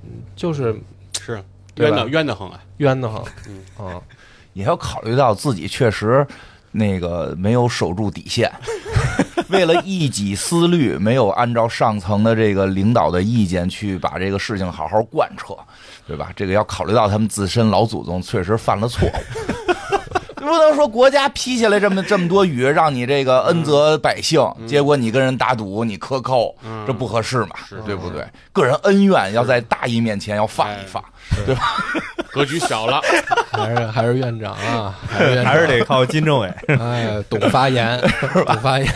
Speaker 1: 嗯就是
Speaker 4: 是
Speaker 1: 对
Speaker 4: 冤
Speaker 1: 吧
Speaker 4: 的冤的很啊，
Speaker 1: 冤得很
Speaker 4: 嗯
Speaker 1: 啊。
Speaker 2: 也要考虑到自己确实那个没有守住底 线，为了一己私虑，没有按照上层的这个领导的意见去把这个事情好好贯彻，对吧？这个要考虑到他们自身老祖宗确实犯了 错误。不能说国家批下来这么这么多雨，让你这个恩泽百姓，结果你跟人打赌，你克扣，这不合适嘛，对不对？个人恩怨要在大义面前要放一放，
Speaker 4: 格局 小了，
Speaker 1: 还是还是院长啊，还是院长
Speaker 3: 还是得靠金政委。
Speaker 1: 哎，懂发言懂发言，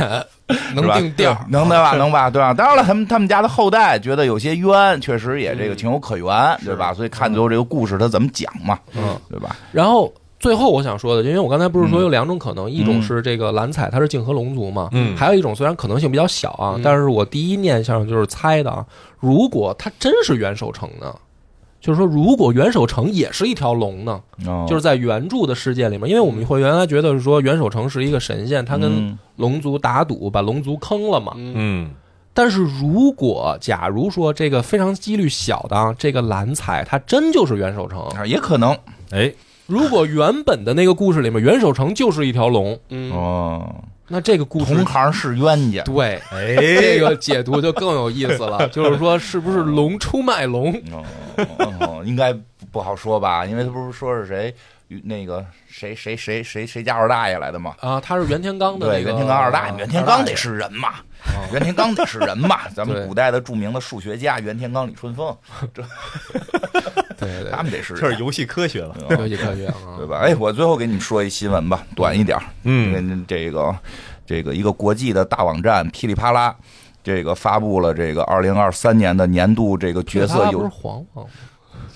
Speaker 1: 能
Speaker 2: 是吧
Speaker 1: 定调
Speaker 2: 对。能对吧？能吧？对吧？当然了，他们他们家的后代觉得有些冤，确实也
Speaker 1: 嗯
Speaker 2: 这个情有可原，对吧？所以看最后这个故事他怎么讲嘛，
Speaker 1: 嗯，
Speaker 2: 对吧？
Speaker 1: 然后最后我想说的，因为我刚才不是说有两种可能，一种是这个蓝采它是泾河龙族嘛，
Speaker 3: 嗯
Speaker 1: 还有一种虽然可能性比较小啊，但是我第一念想就是猜的啊，如果它真是袁守诚呢？就是说，如果袁守诚也是一条龙呢，
Speaker 2: 嗯
Speaker 1: 就是在原著的世界里面，因为我们会原来觉得是说袁守诚是一个神仙，他跟
Speaker 2: 嗯
Speaker 1: 龙族打赌，把龙族坑了嘛。
Speaker 4: 嗯
Speaker 3: 嗯
Speaker 1: 但是如果假如说这个非常几率小的啊，这个蓝采它真就是袁守诚，
Speaker 2: 啊也可能
Speaker 3: 哎，
Speaker 1: 如果原本的那个故事里面袁守诚就是一条龙，
Speaker 4: 嗯，
Speaker 2: 哦，
Speaker 1: 那这个故事
Speaker 2: 同行是冤家，
Speaker 1: 对。哎
Speaker 3: 哎
Speaker 1: 这 个解读就更有意思了，就是说，是不是龙出卖龙？
Speaker 2: 哦哦哦应该不好说吧？因为他不是说是谁那个谁谁谁谁谁家二大爷来的嘛。
Speaker 1: 啊，他是袁天罡的那
Speaker 2: 对，
Speaker 1: 个
Speaker 2: 袁天罡二大爷，袁天罡得是人嘛，袁天罡得是人嘛，咱
Speaker 1: 哦对
Speaker 2: 们古代的著名的数学家袁天罡、李春风，
Speaker 1: 对对
Speaker 2: 他们得是
Speaker 3: 就是游戏科学了。
Speaker 1: 对，游戏科学啊
Speaker 2: 对，吧？哎，我最后给你们说一新闻吧，短一点儿。因
Speaker 3: 嗯，
Speaker 2: 为这个这个一个国际的大网站噼里啪啦，这个发布了这个二零二三年的年度这个角色
Speaker 1: 他不是
Speaker 2: 游，
Speaker 1: 黄黄吗？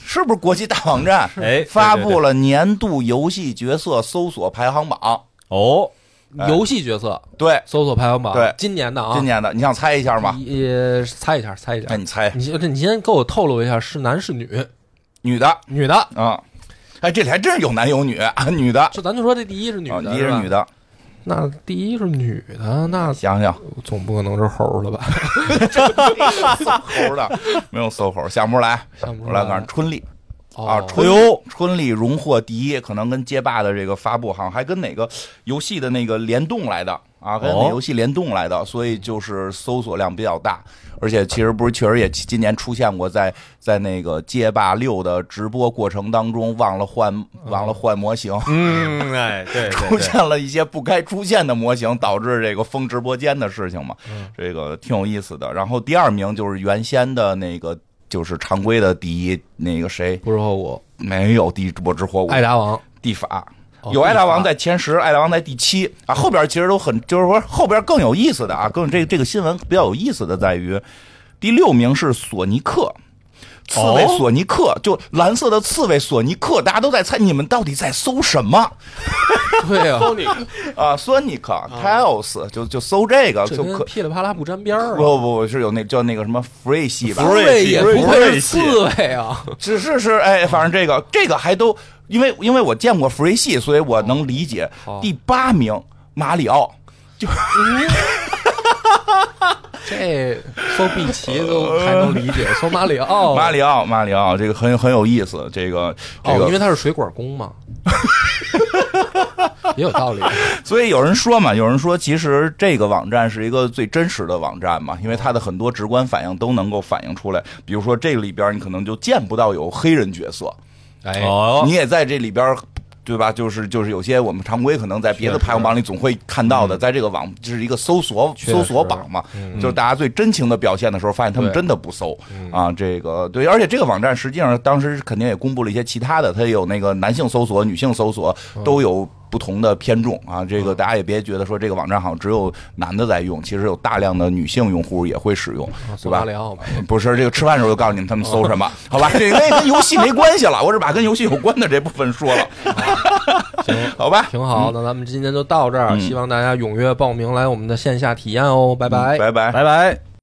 Speaker 2: 是不是国际大网站
Speaker 3: 哎，
Speaker 2: 发布
Speaker 3: 了
Speaker 2: 了年度游戏角色搜索排行榜？
Speaker 3: 哦，
Speaker 2: 哎
Speaker 1: 游戏角色
Speaker 2: 对，
Speaker 1: 搜索排行榜，
Speaker 2: 对
Speaker 1: 今年的啊，嗯
Speaker 2: 今年的，你想猜一下吗？
Speaker 1: 也猜一下，猜一
Speaker 2: 那
Speaker 1: 下。
Speaker 2: 你猜
Speaker 1: 你先，你先给我透露一下是男是女？
Speaker 2: 女的
Speaker 1: 女的，
Speaker 2: 啊？哎，这里还真是有男有女啊，女的，
Speaker 1: 就咱就说这第一是女
Speaker 2: 啊
Speaker 1: 的，
Speaker 2: 一是
Speaker 1: 吧
Speaker 2: 女。的，
Speaker 1: 那第一是女的，那
Speaker 2: 想想
Speaker 1: 总不可能是猴了吧？
Speaker 2: 猴的没有搜猴，想不出来，
Speaker 1: 想不
Speaker 2: 我
Speaker 1: 出
Speaker 2: 来
Speaker 1: 来
Speaker 2: 告诉你，春丽。啊，
Speaker 1: 哦，
Speaker 2: 春游春丽荣获第一，可能跟街霸的这个发布好像还跟哪个游戏的那个联动来的啊，跟
Speaker 3: 哦
Speaker 2: 游戏联动来的，所以就是搜索量比较大，而且其实不是，确实也今年出现过在在那个街霸六的直播过程当中忘了换忘了换模型。
Speaker 3: 嗯，哎，对对
Speaker 2: 出
Speaker 3: 对
Speaker 2: 现了一些不该出现的模型，导致这个封直播间的事情嘛，这个挺有意思的。然后第二名就是原先的那个，就是常规的第一，那个谁
Speaker 1: 不是后我
Speaker 2: 没有地我之火舞，
Speaker 1: 爱达 王
Speaker 2: 地法。
Speaker 1: 哦
Speaker 2: 有爱达王
Speaker 1: 地哦
Speaker 2: 在前十，爱达王在第七啊，后边其实都很，就是说后边更有意思的啊，更这这个新闻比较有意思的在于，第六名是索尼克，刺猬
Speaker 3: 哦
Speaker 2: 索尼克，就蓝色的刺猬索尼克，大家都在猜你们到底在搜什么
Speaker 1: 对呀，
Speaker 4: 搜你，
Speaker 2: 啊？索尼克 Tails 就就搜这个
Speaker 1: 哦这
Speaker 2: 就
Speaker 1: 跟
Speaker 2: 可
Speaker 1: 噼里啪啦不沾边儿
Speaker 2: 不
Speaker 1: 啊。
Speaker 2: 不不是有那叫那个什么 Free 系吧
Speaker 1: 福瑞也
Speaker 3: 福瑞
Speaker 1: 不会是
Speaker 3: 系
Speaker 1: 刺猬啊，
Speaker 2: 只是是哎，反正这个这个还都因为因为我见过 free 系，所以我能理解。
Speaker 1: 哦
Speaker 2: 第八名马里奥，
Speaker 1: 这搜碧琪都还能理解，搜马里奥，
Speaker 2: 马里奥马里奥这个很很有意思，这个这
Speaker 1: 哦哦，因为
Speaker 2: 个，
Speaker 1: 他是水管工嘛， 也有道理。
Speaker 2: 所以有人说嘛，有人说其实这个网站是一个最真实的网站嘛，因为它的很多直观反应都能够反映出来。比如说这个里边你可能就见不到有黑人角色，
Speaker 1: 哎，
Speaker 3: 哦
Speaker 2: 你，也在这里边儿，对吧？就是就是有些我们常规可能在别的排行榜里总会看到的，在这个网这是一个搜索
Speaker 1: 嗯确实嗯
Speaker 2: 搜索榜嘛，就是大家最真情的表现的时候，发现他们
Speaker 1: 对
Speaker 2: 真的不搜
Speaker 1: 嗯
Speaker 2: 啊。这个对，而且这个网站实际上当时肯定也公布了一些其他的，它也有那个男性搜索、女性搜索
Speaker 1: 嗯
Speaker 2: 都有。不同的偏重啊，这个大家也别觉得说这个网站好像只有男的在用，其实有大量的女性用户也会使用，
Speaker 1: 搜
Speaker 2: 对
Speaker 1: 啊
Speaker 2: 吧
Speaker 1: 马里？奥嘛，
Speaker 2: 不是这个吃饭的时候就告诉你们他们 搜什么，好吧？这那跟游戏没关系了，我只把跟游戏有关的这部分说 了，好吧？
Speaker 1: 挺好。那咱们今天就到这儿，
Speaker 2: 嗯
Speaker 1: 希望大家踊跃报名来我们的线下体验哦，拜拜。
Speaker 2: 拜拜。
Speaker 3: 拜拜。